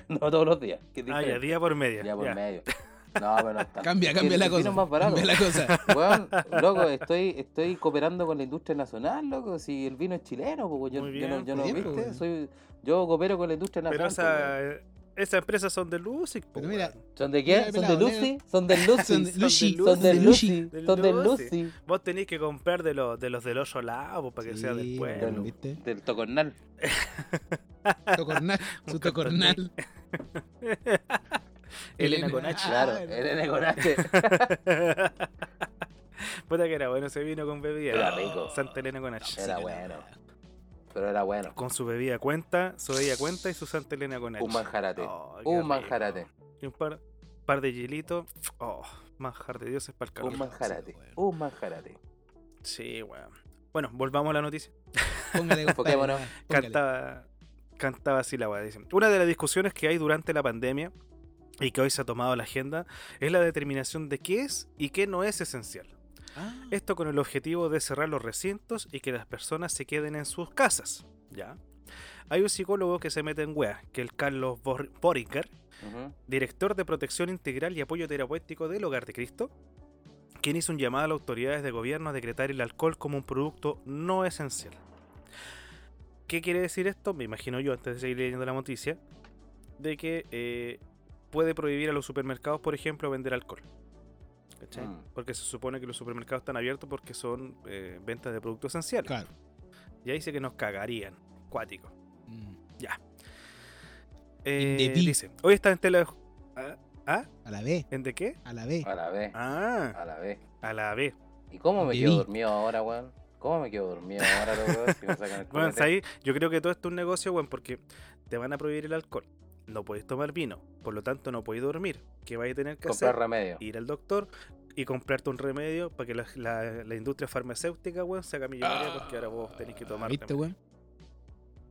No todos los días. Que es
Ah, ya,
diferente.
día por media.
Día por
ya.
medio. No, pero no es tanto.
Cambia,
Es Ah, que
cambia
el
la
vino
cosa.
es más barato.
Cambia la cosa.
Weón, loco, estoy, estoy cooperando con la industria nacional, loco. Si el vino es chileno, po, yo,
Muy
yo no,
bien,
yo no
pues,
¿viste?
weón.
Soy, yo coopero con la industria
Pero
nacional. po,
esa, eh, esas empresas son de Lucic, po,
Pero mira,
weón.
weón. ¿Son de
Mira,
quién? ¿Son de
pelado,
Lucy? Son de Lucy.
Son de Lucy,
Son de
son de
Lucy.
Lucy.
Son de
Del
Lucy.
Vos tenés que comprar de los, de los del hoyo lado, para que sea
Sí,
después.
weón,
Del-
¿viste?
Del Tocornal.
Tocornal, su
Un
tocornal.
Elena
Elena.
con H.
Claro,
Ah,
Elena con H.
Puta que era bueno ese vino con bebida.
Era rico.
Santa Elena con H.
Era bueno. Pero era bueno.
Con su bebida cuenta, su bebida cuenta y su Santa Elena con H.
Un manjarate.
Oh, qué
Un
rico.
manjarate.
Y un par, par de hielitos. Oh, manjar de dioses para el calor.
Un manjarate.
weón.
Un manjarate.
Sí, weón. Bueno, volvamos a la noticia.
Póngale, compadre,
Enfoquémonos.
nomás, póngale.
Cantaba, cantaba así la weá. Dice: Una de las discusiones que hay durante la pandemia y que hoy se ha tomado a la agenda es la determinación de qué es y qué no es esencial.
Ah,
Esto con el objetivo de cerrar los recintos y que las personas se queden en sus casas. ¿Ya? Hay un psicólogo que se mete en wea, que es Carlos Bor- Boringer,
Ujú.
director de Protección Integral y Apoyo Terapéutico del Hogar de Cristo, quien hizo un llamado a las autoridades de gobierno a decretar el alcohol como un producto no esencial. ¿Qué quiere decir esto? Me imagino yo, antes de seguir leyendo la noticia, de que eh, puede prohibir a los supermercados, por ejemplo, vender alcohol. ¿Cachai?
Mm.
Porque se supone que los supermercados están abiertos porque son eh, ventas de productos esenciales.
claro.
Ya dice que nos cagarían. Cuático.
Mm,
Eh,
the bee.
dice, hoy está en tela... ¿Ah? ¿Ah?
A la B,
¿En de qué?
a la B.
A la vez.
Ah.
A la vez.
A la B.
¿Y cómo me
Te
quedo
vi.
dormido ahora, weón? ¿Cómo me quedo dormido ahora, loco? Si me sacan el
Bueno,
copete?
ahí yo creo que todo esto es un negocio, bueno, porque te van a prohibir el alcohol. No podéis tomar vino. Por lo tanto, no podéis dormir. ¿Qué vais a tener que
Comprar
hacer?
remedio.
Ir al doctor y comprarte un remedio para que la, la- la industria farmacéutica, weón, se haga millonaria porque ahora vos tenéis que tomar.
¿Viste,
remedio.
weón?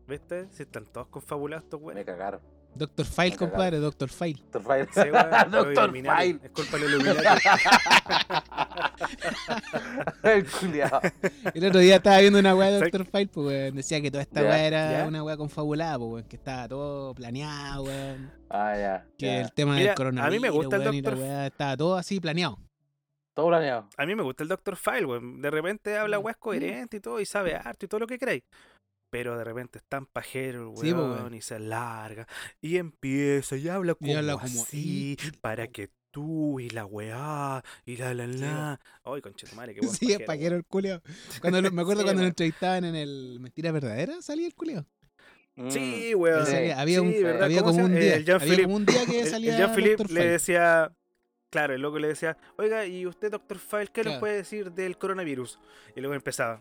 ¿Viste? Si están todos confabulados estos
Me
weones.
cagaron.
Doctor File,
Me
compadre, Doctor File.
Doctor File.
Sí, weón, los
Doctor
Illuminati.
File.
Es culpa del Illuminati.
El culiao.
El otro día estaba viendo una weá de
¿Sabes
Doctor File, pues weón, decía que toda esta
Ya,
weá era
ya.
una weá confabulada, pues weón, que estaba todo planeado, weón.
Ah, ya.
Que
ya.
el tema
Mira,
del
a
coronavirus.
mí me gusta el
weón, y la
Dr.
weá estaba todo así planeado.
Todo planeado.
A mí me gusta el Dr. File, weón. De repente habla
Mm.
weas coherente y todo, y sabe harto y todo lo que queráis. Pero de repente es tan pajero, el
Sí, po,
weón,
weón.
y se alarga. Y empieza, y habla como,
Y habla como
así, para que tú y la weá, y la la la. Ay, conchetumare, qué buen
sí, es
pajero,
paquero el culeo. Cuando lo- me acuerdo
Sí,
cuando
weón.
lo entrevistaban en el Mentira Verdadera, salía el culeo.
weón.
Mm.
Sí, weón.
Sí.
Salía- había
sí,
un,
¿verdad?
había
¿Cómo
como
se
un
llama? Eh,
día,
El Jean
había como un día que
Eh, El,
salía
el Jean-Philippe
Dr.
le
File.
decía, claro, el loco le decía, oiga, ¿y usted, doctor File, qué nos
Claro.
puede decir del coronavirus? Y luego empezaba,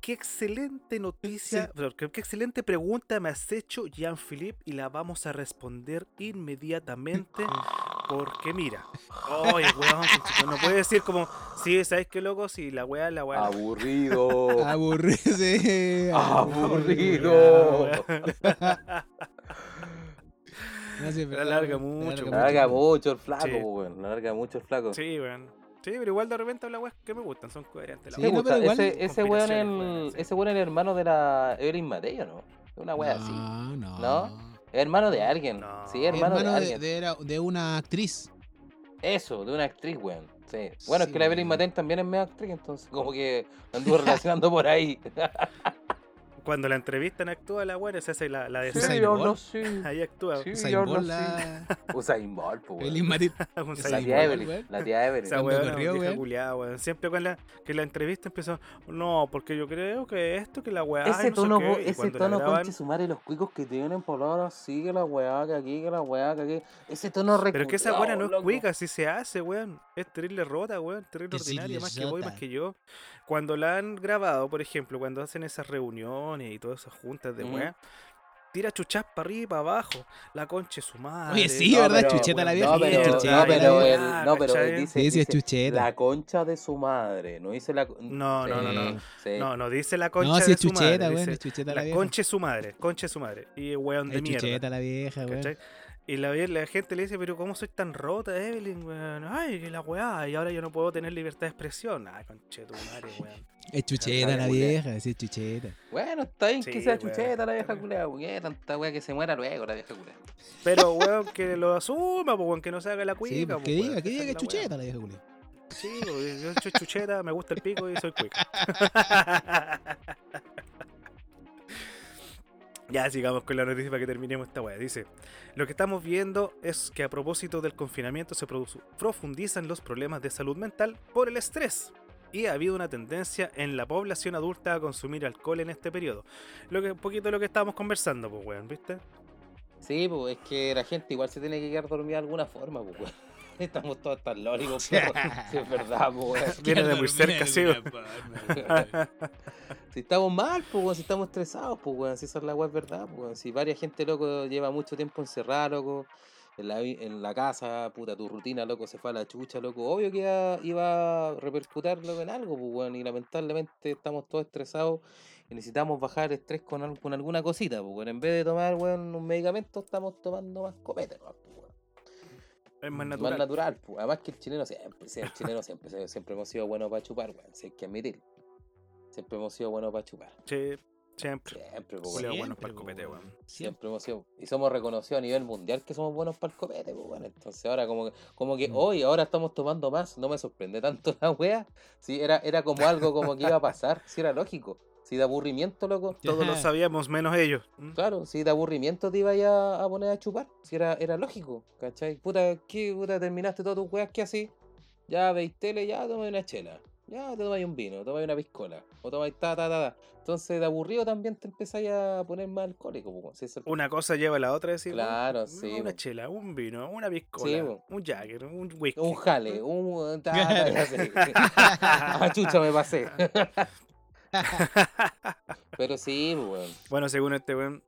qué excelente noticia, perdón, qué, qué excelente pregunta me has hecho, Jean-Philippe, y la vamos a responder inmediatamente, porque mira, oye, weón, no puede decir como, sí, ¿sabes qué, loco? Sí, la weá, la weá. la weá".
Aburrido.
Aburrido. sí,
Aburrido.
No sé, pero-
larga
la
mucho,
La larga
weón.
mucho el flaco, pues,
Sí.
weón. La larga mucho el flaco.
Sí, weón. Sí, pero igual de repente habla weas que me gustan, son coherentes. la
Sí,
Me
weá.
no,
gusta.
pero igual-
ese, ese weón es
Combinaciones,
el,
sí.
ese weón es el hermano de la Evelyn Matei, ¿o ¿no? Una weá así.
No, no.
¿No? Es hermano de alguien.
No.
Sí, es hermano, de
Hermano de,
alguien.
de era- de una actriz.
Eso, de una actriz, weón. Sí. Bueno, es
Sí,
que la Evelyn
weón.
Matei también es media actriz, entonces como que anduvo relacionando por ahí.
Cuando la entrevistan actúa la buena, se hace la, la de Zayn.
Usain
yo
Bolt.
no sé.
Ahí actúa.
Sí,
Usain
yo
Bolt,
no sé.
la-
Usain Bolt, po,
el
weón.
Inmarit-
Un
Esa
La
Zayn
Usain
tía
Bolt.
Bolt,
Evelyn,
weón.
la tía Evelyn.
Esa
Cuando
weona,
corrió,
vieja
weón.
culiada, weón. Siempre con la, que la entrevista empezó, no, porque yo creo que esto, que la weá. y
Ese
no sé
tono,
qué",
po-
y
ese
cuando la
tono,
graban,
conche su madre, los cuicos que tienen por ahora, sí, que la weá, que aquí, que la weá, que aquí. Ese tono
Pero es que esa
reculeado,
buena no es
loco.
cuica, si se hace, weón. Es terrible rota, weón. Terrible
Terrible
ordinaria, más que voy, más
rota.
que yo. Cuando la han grabado, por ejemplo, cuando hacen esas reuniones y todas esas juntas de
Mm.
weón, tira chuchas para arriba y para abajo. La conche su madre.
Oye, sí,
No,
¿verdad?
pero-
chucheta la vieja.
No, pero,
sí,
no,
chucheta,
pero,
¿verdad?
weón,
el- no, pero
¿cachai?
dice,
Sí, sí, es
dice,
chucheta.
la concha de su madre. No dice la.
No, no, no, no.
Sí.
Sí.
No, no dice la concha
No, si
de
es
su madre.
chucheta, weón.
dice,
Es chucheta la
la
vieja.
conche su madre, conche su madre. Y weón de
Es
mierda.
chucheta la vieja, weón.
¿cachai? Y la, vie- la gente le dice, pero ¿cómo soy tan rota, Evelyn, weón? Ay, que la weá, y ahora yo no puedo tener libertad de expresión. Ay, conche tu madre, weón.
Es chucheta
Dale,
la
culé.
vieja, sí, es chucheta.
Bueno, está bien
Sí,
que sea
weón.
chucheta la vieja culea, porque tanta weá que se muera luego la vieja culea.
Pero, weón, que lo asuma, pues, weón, que no se haga la cuica.
Sí, pues,
pues,
que
weón,
diga, que diga
esa es
que es
la
chucheta la vieja, culé.
weá. Sí, pues, yo soy chucheta, me gusta el pico y soy cuica. Ya sigamos con la noticia para que terminemos esta weá. Dice, lo que estamos viendo es que a propósito del confinamiento se produ- profundizan los problemas de salud mental por el estrés. Y ha habido una tendencia en la población adulta a consumir alcohol en este periodo. Lo que, un poquito lo que estábamos conversando, pues, weón, ¿viste?
Sí, pues es que la gente igual se tiene que quedar dormida de alguna forma, pues weón. Estamos todos tan lógicos, pero sí, es verdad, pues weón.
Viene de muy cerca, sí. weón.
Si estamos mal, pues weón, si estamos estresados, pues weón, si esa es la weá, es verdad, pues weón. Si varias gente, loco, lleva mucho tiempo encerrada, loco. En la, vi- en la casa, puta, tu rutina, loco, se fue a la chucha, loco. Obvio que iba, iba a repercutir, loco, en algo, pues weón. Y lamentablemente estamos todos estresados y necesitamos bajar el estrés con, al- con alguna cosita, pues weón. En vez de tomar, weón, un medicamento, estamos tomando más copete, ¿no? pues weón.
Es más
Más
natural.
natural, pues. Además que el chileno siempre, sí, el chileno siempre, siempre, hemos sido buenos para chupar, weón. Si hay que admitir. Siempre hemos sido buenos para chupar.
Sí, siempre.
Siempre, pues,
Julio,
weón.
bueno
Siempre,
para el copete,
po, weón.
weón.
Siempre.
Siempre hemos sido. Y somos reconocidos a nivel mundial que somos buenos para el copete, pues, weón. Entonces ahora como que, como que
Mm.
hoy, ahora estamos tomando más, no me sorprende tanto la wea. Sí, era, era como algo como que iba a pasar, si era lógico. Si de aburrimiento, loco.
Todos lo sabíamos, menos ellos. ¿Mm?
Claro, si de aburrimiento te ibas a, a poner a chupar, si era, era lógico, ¿cachai? Puta, ¿qué puta terminaste todas tus weas que así? Ya veis tele, ya tomáis una chela, ya te tomáis un vino, tomáis una piscola, o tomáis ta ta ta ta. Entonces de aburrido también te empezáis a poner más alcohólico, po, si es el-
Una cosa lleva a la otra, decir. bueno,
Claro, sí,
Una
po.
chela, un vino, una piscola,
Sí, po.
un jagger, un whisky.
un
¿Eh?
jale, un ta, ta, ta, sí. Ah, chucha me pasé. Pero sí, po, weón.
Bueno, según este weón,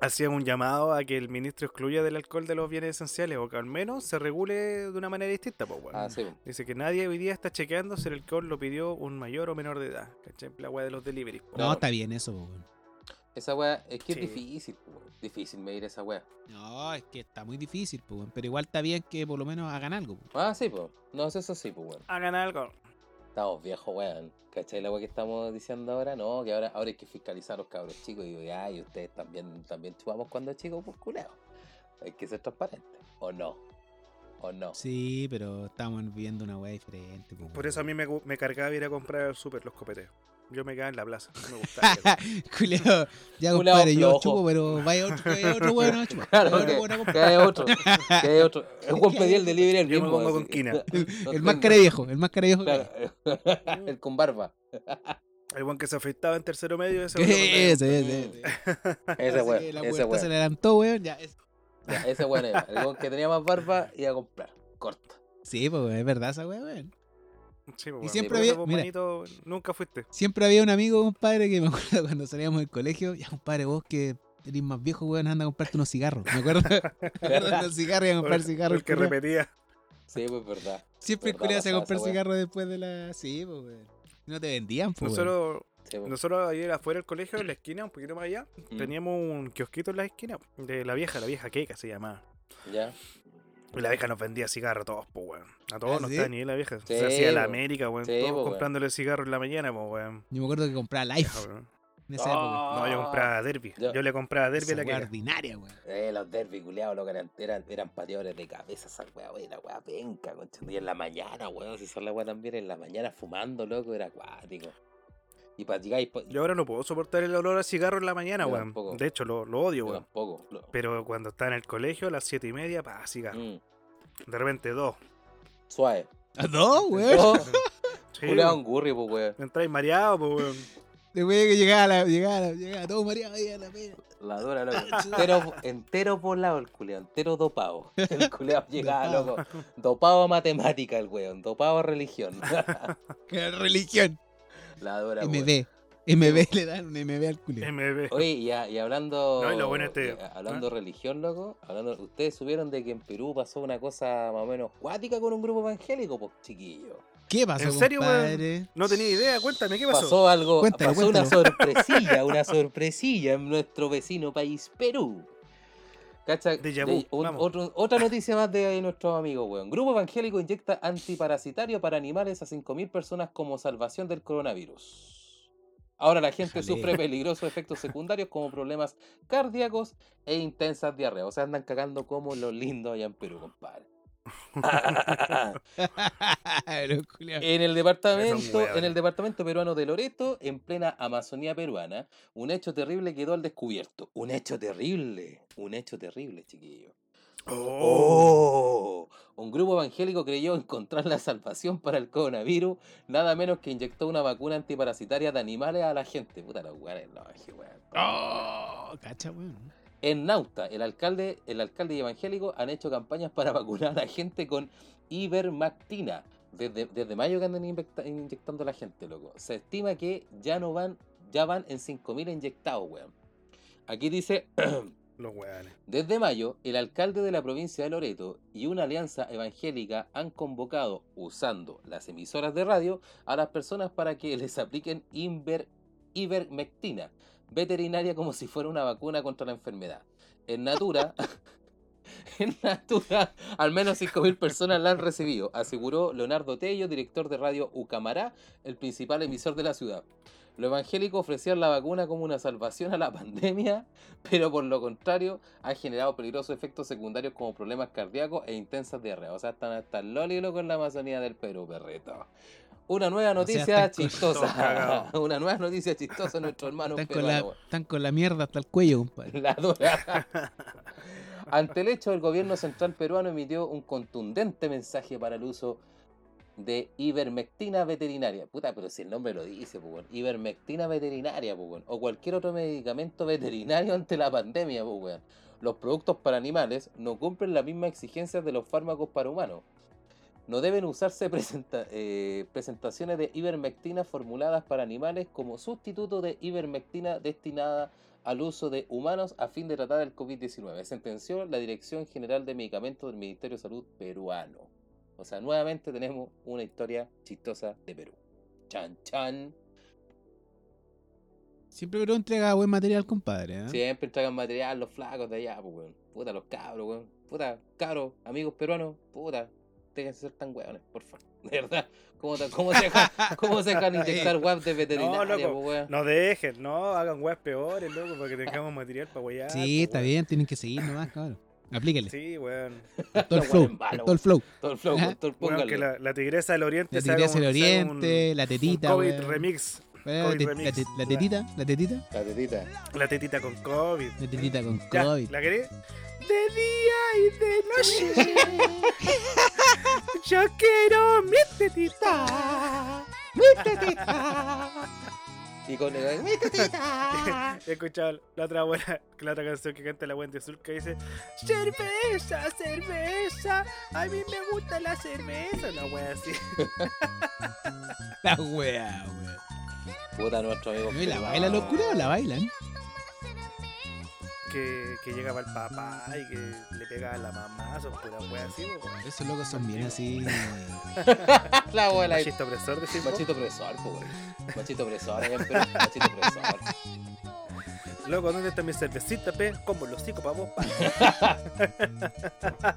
hacía un llamado a que el ministro excluya del alcohol de los bienes esenciales o que al menos se regule de una manera distinta, pues, weón.
Ah, sí, po.
Dice que nadie hoy día está chequeando si el alcohol lo pidió un mayor o menor de edad. ¿Cachai? La weá de los deliveries. po.
No, está bien eso, po, weón.
Esa wea es que
Sí.
es difícil, po, weón. difícil medir esa wea.
No, es que está muy difícil, po, weón. Pero igual está bien que por lo menos hagan algo, po.
Ah, sí, pues. No, eso sí, pues, weón.
Hagan algo.
Estamos viejos, weón. ¿Cachai la weá que estamos diciendo ahora? No, que ahora, ahora hay que fiscalizar a los cabros chicos. Y digo, ya, y ustedes también, también chupamos cuando chicos, pues culeo. Hay que ser transparente. ¿O no? ¿O no?
Sí, pero estamos viviendo una weá diferente, po,
Por
weón.
eso a mí me, gu- me cargaba ir a comprar al súper los copetes. Yo me quedaba en la plaza. No me gustaba.
Culeo, ya
Culeo
compadre, yo
flojo.
chupo, pero vaya otro, vaya otro weón a chupar.
Claro,
Otro
que-
weón a
Que
comprar.
hay otro. Que hay otro. El Juan
que
pedí
hay
el delivery el
Yo me
mismo.
pongo
así.
con quina.
No
El más
tengo-
cara viejo, el más cara viejo. que hay.
Claro.
Mm.
El con barba.
El buen que se afeitaba en tercero medio, ese weón lo
Ese,
mandaba.
ese, ese.
Ese
Así que
weón.
La
Ese
puerta se
weón.
le adelantó, weón. Ya, es-
Ya, Ese weón era. El weón que tenía más barba iba a comprar. Corto.
Sí, pues es verdad esa weá, weón.
Sí, pues,
Y
weón.
siempre
Vos,
había-
vos,
mira.
manito, nunca fuiste.
Siempre había un amigo, compadre, que me acuerdo cuando salíamos del colegio, ya compadre, vos que eres más viejo, weón, anda a comprarte unos cigarros. Me acuerdo, me acuerdo de los cigarros, iba a comprar cigarros.
el que
el culiao.
repetía.
Sí, pues verdad.
Siempre el
Verdad,
culiao se
pasaba
comprar
esa weá.
cigarros después de la. Sí, pues weón. No te vendían, pues. weón.
Nosotros,
Sí, pues.
nosotros ayer afuera del colegio, en la esquina, un poquito más allá,
Mm.
teníamos un kiosquito en la esquina de la vieja, la vieja queca se llamaba.
Ya.
Y la vieja nos vendía cigarros a todos, pues, weón. A todos
¿Ah,
nos
sí?
tenía ni la vieja.
Sí,
se hacía la
po.
América, weón.
Sí,
todos
po, weón.
comprándole cigarros en la mañana, pues, weón.
Yo me acuerdo que compraba Life
Ya, weón.
en esa época.
No, yo
Ah.
compraba Derby.
Ya.
Yo le compraba Derby a
Esa
la
weá
queca.
ordinaria, weón.
Eh, los derby culiados, loco, eran, eran, eran pateadores de cabeza, esa weá, wey, la weá penca, concha. Y en la mañana, weón, si son la weá también, en la mañana fumando, loco, era acuático. Y para llegar y pa-
Yo ahora no puedo soportar el olor a cigarro en la mañana,
Yo
weón.
tampoco.
De hecho, lo, lo odio,
yo
weón.
tampoco. lo-
Pero cuando está en el colegio, a las siete y media, pa, cigarro.
Mm,
De repente, dos.
suave.
¿A dos, Ah, weón?
Yo,
Sí,
culado
weón.
un gurri, pues, weón.
Entráis mareado, pues, weón.
Después de que llegaba la, llegaba la, llegaba todo mareado ahí a la pena.
La dura, loco. Entero, entero volado el culeado, entero dopado. El culeado llegaba,
Dopado.
loco. Dopado a matemática el weón, dopado a religión.
¡Qué religión!
La dura, weón.
MB. MB le dan un MB al culio.
MB.
Oye, y, a- y hablando.
No, y lo bueno este-
y a- hablando de religión, loco. Hablando, ustedes supieron de que en Perú pasó una cosa más o menos cuática con un grupo evangélico, pues chiquillo.
¿Qué pasó,
¿En serio, weón?
compadre?
No tenía idea, cuéntame, ¿qué
Pasó,
pasó?
algo,
Cuéntalo,
pasó una
cuéntalo.
sorpresilla, una sorpresilla en nuestro vecino país, Perú. ¿Cacha?
Déjà vu,
De- un-
vamos.
otro- otra noticia más de nuestros amigos, weón. Grupo evangélico inyecta antiparasitario para animales a 5.000 personas como salvación del coronavirus. Ahora la gente
Déjale.
sufre peligrosos efectos secundarios como problemas cardíacos e intensas diarreas. O sea, andan cagando como los lindos allá en Perú, compadre.
Ah, Los culiados.
En el departamento,
hueones.
en el departamento peruano de Loreto, en plena Amazonía peruana, un hecho terrible quedó al descubierto. Un hecho terrible, un hecho terrible, chiquillo.
Oh.
Oh. Un grupo evangélico creyó encontrar la salvación para el coronavirus, nada menos que inyectó una vacuna antiparasitaria de animales a la gente. Puta los weones, los weones.
Oh, cacha, weón.
En Nauta, el alcalde, el alcalde y evangélico han hecho campañas para vacunar a la gente con ivermectina. Desde, desde mayo que andan inyecta- inyectando a la gente, loco. Se estima que ya no van, ya van en 5.000 inyectados, weón. Aquí dice,
Los weones.
desde mayo, el alcalde de la provincia de Loreto y una alianza evangélica han convocado, usando las emisoras de radio, a las personas para que les apliquen inver- ivermectina, veterinaria como si fuera una vacuna contra la enfermedad. En Natura, en Natura, al menos 5.000 personas la han recibido, aseguró Leonardo Tello, director de radio Ucamará, el principal emisor de la ciudad. Los evangélicos ofrecían la vacuna como una salvación a la pandemia, pero por lo contrario ha generado peligrosos efectos secundarios como problemas cardíacos e intensas diarreas. O sea, están hasta el loli loco en la Amazonía del Perú, perrito. Una nueva
O sea,
noticia
están con-
todos
chistosa.
cagados.
Una nueva noticia chistosa, nuestro hermano
Están con,
peruano,
la,
weón.
están con la mierda hasta el cuello, compadre.
La dura. Ante el hecho, el gobierno central peruano emitió un contundente mensaje para el uso de ivermectina veterinaria. Puta, pero si el nombre lo dice, pues, weón. Ivermectina veterinaria, pues, weón. O cualquier otro medicamento veterinario ante la pandemia, pues, weón. Los productos para animales no cumplen las mismas exigencias de los fármacos para humanos. No deben usarse presenta- eh, presentaciones de ivermectina formuladas para animales como sustituto de ivermectina destinada al uso de humanos a fin de tratar el COVID-19, sentenció la Dirección General de Medicamentos del Ministerio de Salud peruano. O sea, nuevamente tenemos una historia chistosa de Perú. Chan, chan.
Siempre pero entrega buen material, compadre. ¿eh?
Siempre tragan material los flacos de allá, pues, weón. Puta, los cabros, weón. Puta, cabros, amigos peruanos, puta. Déjense ser tan weones, por favor. De verdad. ¿Cómo, te- cómo se, dejan, cómo se dejan inyectar web de veterinaria,
loco,
pues, weón?
No dejen, no hagan weas peores, loco, para que tengamos material para
ah,
wear.
Sí,
pues,
está
weón.
bien, tienen que seguir nomás, cabrón. Aplíquenle.
Sí, weón.
con todo el
Los
flow.
hueones malos,
con todo el flow.
Todo el flow,
Ajá.
weón, todo el
¿Eh? Weón, que
pónganle.
la, la tigresa del oriente
La
se haga
tigresa del
un- se haga
oriente, la
un, un
tetita.
COVID
weón.
remix.
Weón,
COVID
te- la,
remix.
te- la tetita, la tetita.
La tetita.
La tetita con COVID.
La tetita con
Ya,
COVID.
¿La querés? De día y de noche. Yo quiero mi tetita.
Y con el.
He escuchado la otra buena, la otra canción que canta la Wendy Azul que dice Cerveza, cerveza, a mí me gusta la cerveza. Una wea así.
La wea, weón.
Puta, nuestro amigo.
No, y la
peruano.
baila locura o la bailan.
Que, que llegaba el papá y que le pegaba a la mamá, son puras weas así. po.
Esos locos son bien así.
La abuela.
Machista opresor decís vos.
Machito profesor, pues, güey. Machito profesor, allá en Perú. Machito profesor.
Loco, ¿dónde está mi cervecita, pe? Como los cinco pavos. pa.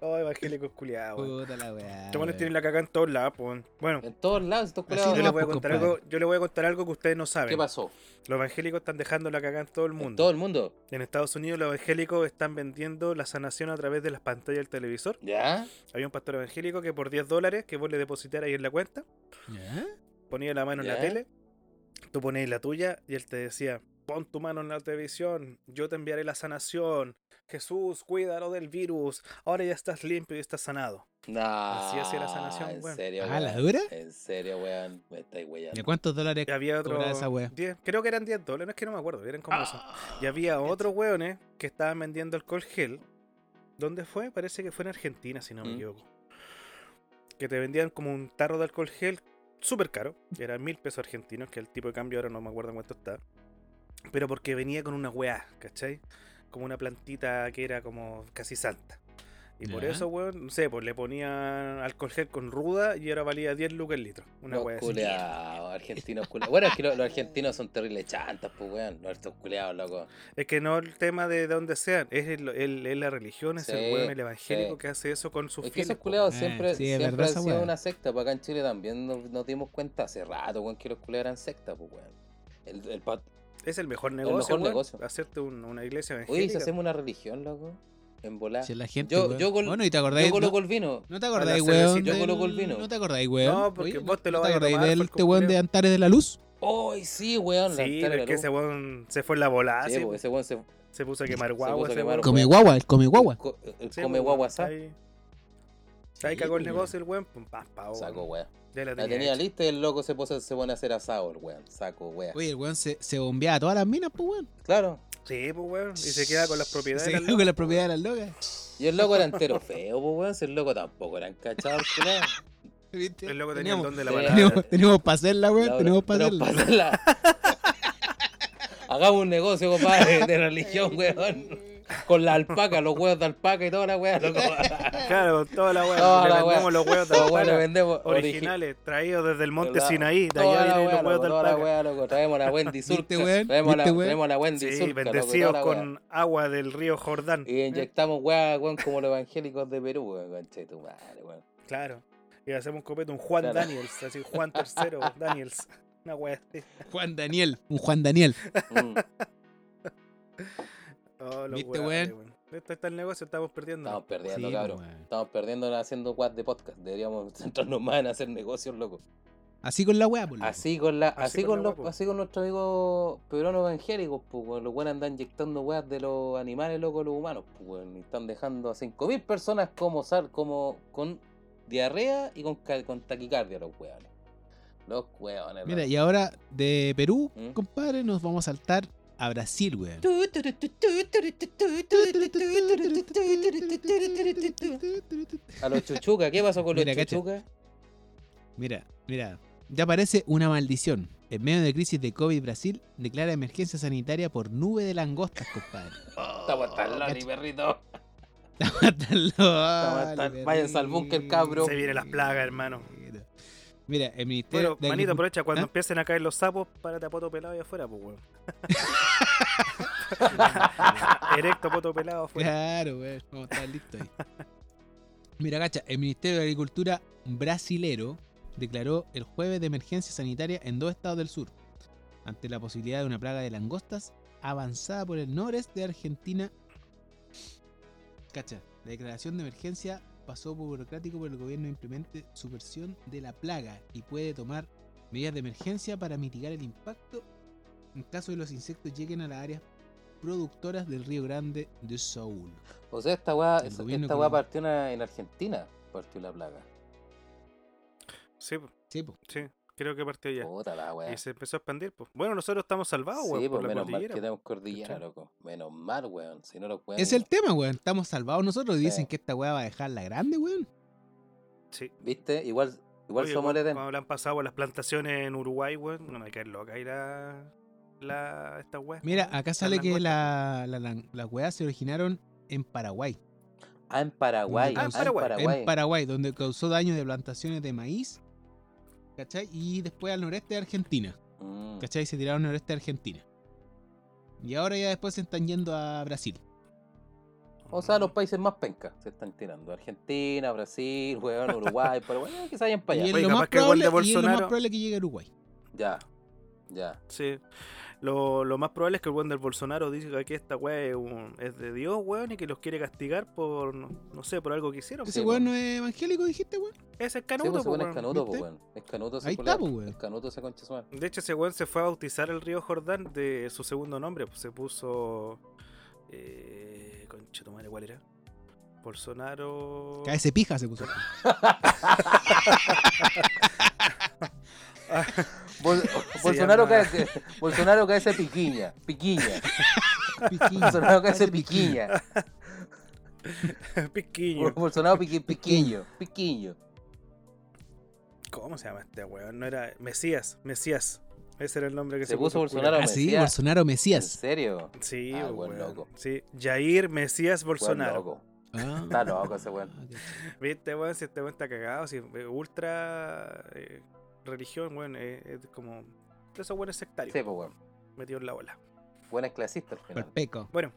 Oh, evangélicos culiados.
Puta la weá.
Estos manes
weón.
tienen Este la caca en todos lados, po. Bueno,
En todos lados, estos
Así
yo
culiados.
les
nomás,
voy a
po,
contar
compadre.
algo, yo les voy a contar algo que ustedes no
¿Qué
saben.
pasó?
Los evangélicos están dejando la caca en todo el
En
mundo.
todo el mundo.
En Estados Unidos los evangélicos están vendiendo la sanación a través de las pantallas del televisor.
¿Ya?
Había un pastor evangélico que por 10 dólares que vos le depositar ahí en la cuenta,
¿Ya?
ponía la mano en la
Ya.
tele, tú ponías la tuya y él te decía, pon tu mano en la televisión, yo te enviaré la sanación, Jesús, cuídalo del virus, ahora ya estás limpio y estás sanado.
No.
Así hacía la sanación,
En
weón.
serio,
¿Ah, la
weón.
dura?
En serio, weón. Me estáis
¿De
weyando.
cuántos dólares
Y había otro...
cobraba esa wea? Ah.
10, creo que eran 10 dólares, es que no me acuerdo, eran como eso. Y había otros hueones que estaban vendiendo alcohol gel. ¿Dónde fue? Parece que fue en Argentina, si no me
Mm.
equivoco. Que te vendían como un tarro de alcohol gel súper caro. Era mil pesos argentinos, que el tipo de cambio ahora no me acuerdo en cuánto está. Pero porque venía con una weá, ¿cachai? Como una plantita que era como casi santa. Y por
Ya.
eso, weón, no sé, pues le ponían alcohol gel con ruda y ahora valía 10 lucas el litro. Una
Los
weá así.
culeados, argentinos culeados. Bueno, es que lo- los, argentinos son terribles chantas, pues, weón. Los estos culeados, loco.
Es que no el tema de dónde sean, es, el, el- es la religión, es el
Sí,
weón, el evangélico
sí.
que hace eso con sus
Es que
fieles.
esos
pues, po,
culeados
Eh,
siempre,
sí, es
siempre
verdad esa
han sido
weá.
una secta. Para acá en Chile también nos, nos dimos cuenta hace rato, weón, que los culeados eran secta, pues, weón. El, el pat-
weón. Es el mejor negocio,
mejor
weón,
negocio.
hacerte un- una iglesia
Oye, ¿y
evangélica.
si hacemos una religión, loco. En volar.
Si la gente,
Yo-
weón.
yo col-
bueno, ¿y te acordáis?
Yo coloco
no,
el vino.
no te acordáis,
a la cervecita.
weón.
Yo
del-
coloco el vino.
No te acordáis, weón.
No, porque vos te lo
¿no
vas a
acordáis
tomar,
del
pues,
este weón de
culiao.
Antares de la Luz?
¡Ay, sí, weón!
sí,
la
pero es que ese weón se fue en la volada, sí,
pues, ese weón se.
se puso a quemar guagua,
puso a
ese
quemar
weón.
Come guagua, el come guagua.
el co- El
Sí,
come
weón,
guagua
está
sa-
ahí- está ahí
Sí,
cagó el
weón.
negocio el weón, pum, pam, pa, weón.
Saco, weón.
Ya la
La
tenía.
tenía
hecha.
lista y el loco se, puso, se pone a hacer asado, el weón. Saco, weón.
Oye, el weón se, se bombea a todas las minas, pues, weón.
Claro.
Sí, pues weón, y se queda con las pues, propiedades.
Se
del
quedó con las propiedades de las locas.
Y el loco era entero feo, pues, weón. Si el loco tampoco era encachado, el culé.
¿Viste?
El loco tenía el
teníamos,
don de la
Sí.
palabra.
teníamos, teníamos para hacerla, weón.
La-
Teníamos para
tenemos
hacerla.
pa' hacerla. Hagamos un negocio, compadre, de religión, weón. Con la alpaca, los huevos de alpaca y toda la weá, loco.
Claro, toda la weón.
Toda
le
la weá.
vendemos los huevos de
Los huevos
alpaca
le vendemos origi-
originales, traídos desde el monte
Hola.
Sinaí. De
Toda
allá
la
vienen
wea,
los huevos
loco,
de
toda la
alpaca.
wea, loco. Traemos la Wendy Surca.
¿Viste, weón?
Traemos, la,
¿Viste, weón?
traemos la Wendy
Sí,
Surca, loco,
bendecidos
toda la wea.
con agua del río Jordán. ¿Eh?
Y inyectamos weá, weón, como los evangélicos de Perú, weón. Conche tu madre, weón.
Claro. Y hacemos un copete, un Juan
Claro.
Daniels, así Juan tercero, Daniels. Una wea así.
Juan Daniel, un Juan Daniel.
Mm,
Oh, los
¿Viste,
weones, weón. Esto está el negocio, estamos perdiendo.
Estamos perdiendo,
Sí, pues,
cabrón.
weón.
Estamos perdiendo haciendo weas de podcast. Deberíamos centrarnos más en hacer negocios, loco.
Así con la weá, pues. loco.
Así con la,
Así
así,
con
con,
la
los,
wea, po.
así con nuestros amigos peruanos evangélicos, pues, weón. Los weones andan inyectando weas de los animales, loco, a los humanos, pues, weón. Y están dejando a 5.000 personas como sal, como con diarrea y con, ca- con taquicardia, los weones. Los weones.
Mira,
loco.
y ahora de Perú,
¿Mm?
compadre, nos vamos a saltar a Brasil, weón.
A los chuchucas, ¿qué pasó con los
Mira, cacha.
chuchucas?
Mira, mira, ya parece una maldición. En medio de crisis de COVID, Brasil declara emergencia sanitaria por nube de langostas, compadre.
Estamos
Oh,
tan loli,
cacha.
perrito.
Estamos
tan- váyanse al búnker, cabro.
Se vienen las plagas, hermano.
Mira, el Ministerio
Bueno,
de
manito,
Agricultura-
aprovecha cuando
¿Ah?
empiecen a caer los sapos, párate a poto pelado y afuera, pues weón. Erecto poto pelado afuera.
Claro, güey, vamos a estar listos ahí. Mira, cacha, el Ministerio de Agricultura brasilero declaró el jueves de emergencia sanitaria en dos estados del sur, ante la posibilidad de una plaga de langostas avanzada por el noreste de Argentina. Cacha, la declaración de emergencia pasó por burocrático por el gobierno implemente su versión de la plaga y puede tomar medidas de emergencia para mitigar el impacto en caso de los insectos lleguen a las áreas productoras del Río Grande de Saúl.
O sea, esta weá,
El gobierno
esta weá
culiao.
partió una- en Argentina, partió la plaga.
Sí,
Sí, po.
sí, creo que partió ya.
Puta la weá.
Y se empezó a expandir, pues. Bueno, nosotros estamos salvados,
Oh, sí,
weón,
pues
por la
menos mal que
cordillera.
tenemos cordillera,
¿cachai?
loco. Menos mal, weón. Si no lo pueden.
Es el tema, weón. Estamos salvados nosotros.
Sí.
Dicen que esta weá va a dejarla grande, weón.
Sí.
¿Viste? Igual, igual
Oye,
somos
weón,
el Edén.
Cuando habrán pasado por las plantaciones en Uruguay, weón, no me cae loca ahí la. la esta weá.
Mira, acá sale que
langostas,
la, la, la- las weas se originaron en Paraguay.
Ah, en Paraguay.
Ah, en
Ah, en
Paraguay.
Paraguay.
En Paraguay, donde causó daño de plantaciones de maíz. ¿Cachai? Y después al noreste de Argentina.
Mm.
¿Cachai? Se tiraron al noreste de Argentina. Y ahora ya después se están yendo a Brasil.
po.
O sea, los países más pencas se están tirando. Argentina, Brasil, weón, Uruguay, Paraguay, eh, que se vayan para
Y
allá.
es,
Oye,
lo
capaz
más
que el gol
probable,
de
y es lo más
Bolsonaro-
probable que llegue a Uruguay.
Ya, ya.
Sí. Lo, lo más probable es que el weón del Bolsonaro diga que esta weá es, un- es de Dios, weón, y que los quiere castigar por, no, no sé, por algo que hicieron.
Ese
Sí,
weón no es evangélico, dijiste, weón.
Ese es
Sí,
Canuto,
pues,
po,
ese weón es
weón.
canuto, po,
¿viste?
weón. Es canuto ese
Ahí
culiao.
está, po, weón.
Es canuto ese concha su madre.
De hecho, ese weón se fue a bautizar el río Jordán de su segundo nombre. pues, se puso. Eh, concha tu madre, ¿cuál era? Bolsonaro.
Cada ese pija se puso.
Bol- Bolsonaro cae Bolsonaro cae ese piquiña. Piquiña.
Piquiña.
Bolsonaro cae ese
Cáese piquiña.
piquiña.
Piquiño.
Bolsonaro piqui- piquiño. Piquiño.
¿Cómo se llama este weón? No era. Mesías. Mesías. Ese era el nombre que se,
Se puso
el culiao.
Bolsonaro.
Ah, sí,
Mesías.
Bolsonaro
¿En
Mesías.
serio?
Sí,
Ah,
weón.
buen loco.
Sí, Jair Mesías
Bolsonaro.
Bolsonaro.
Ah.
Está loco ese weón.
Ah, qué chulo.
Viste, weón, si este weón está cagado, si eh, ultra eh, religión, weón, eh, es como. de Esos weones sectarios
Sí, pues weón.
metidos en la ola.
Buena clasista al final.
Palpeco.
Bueno,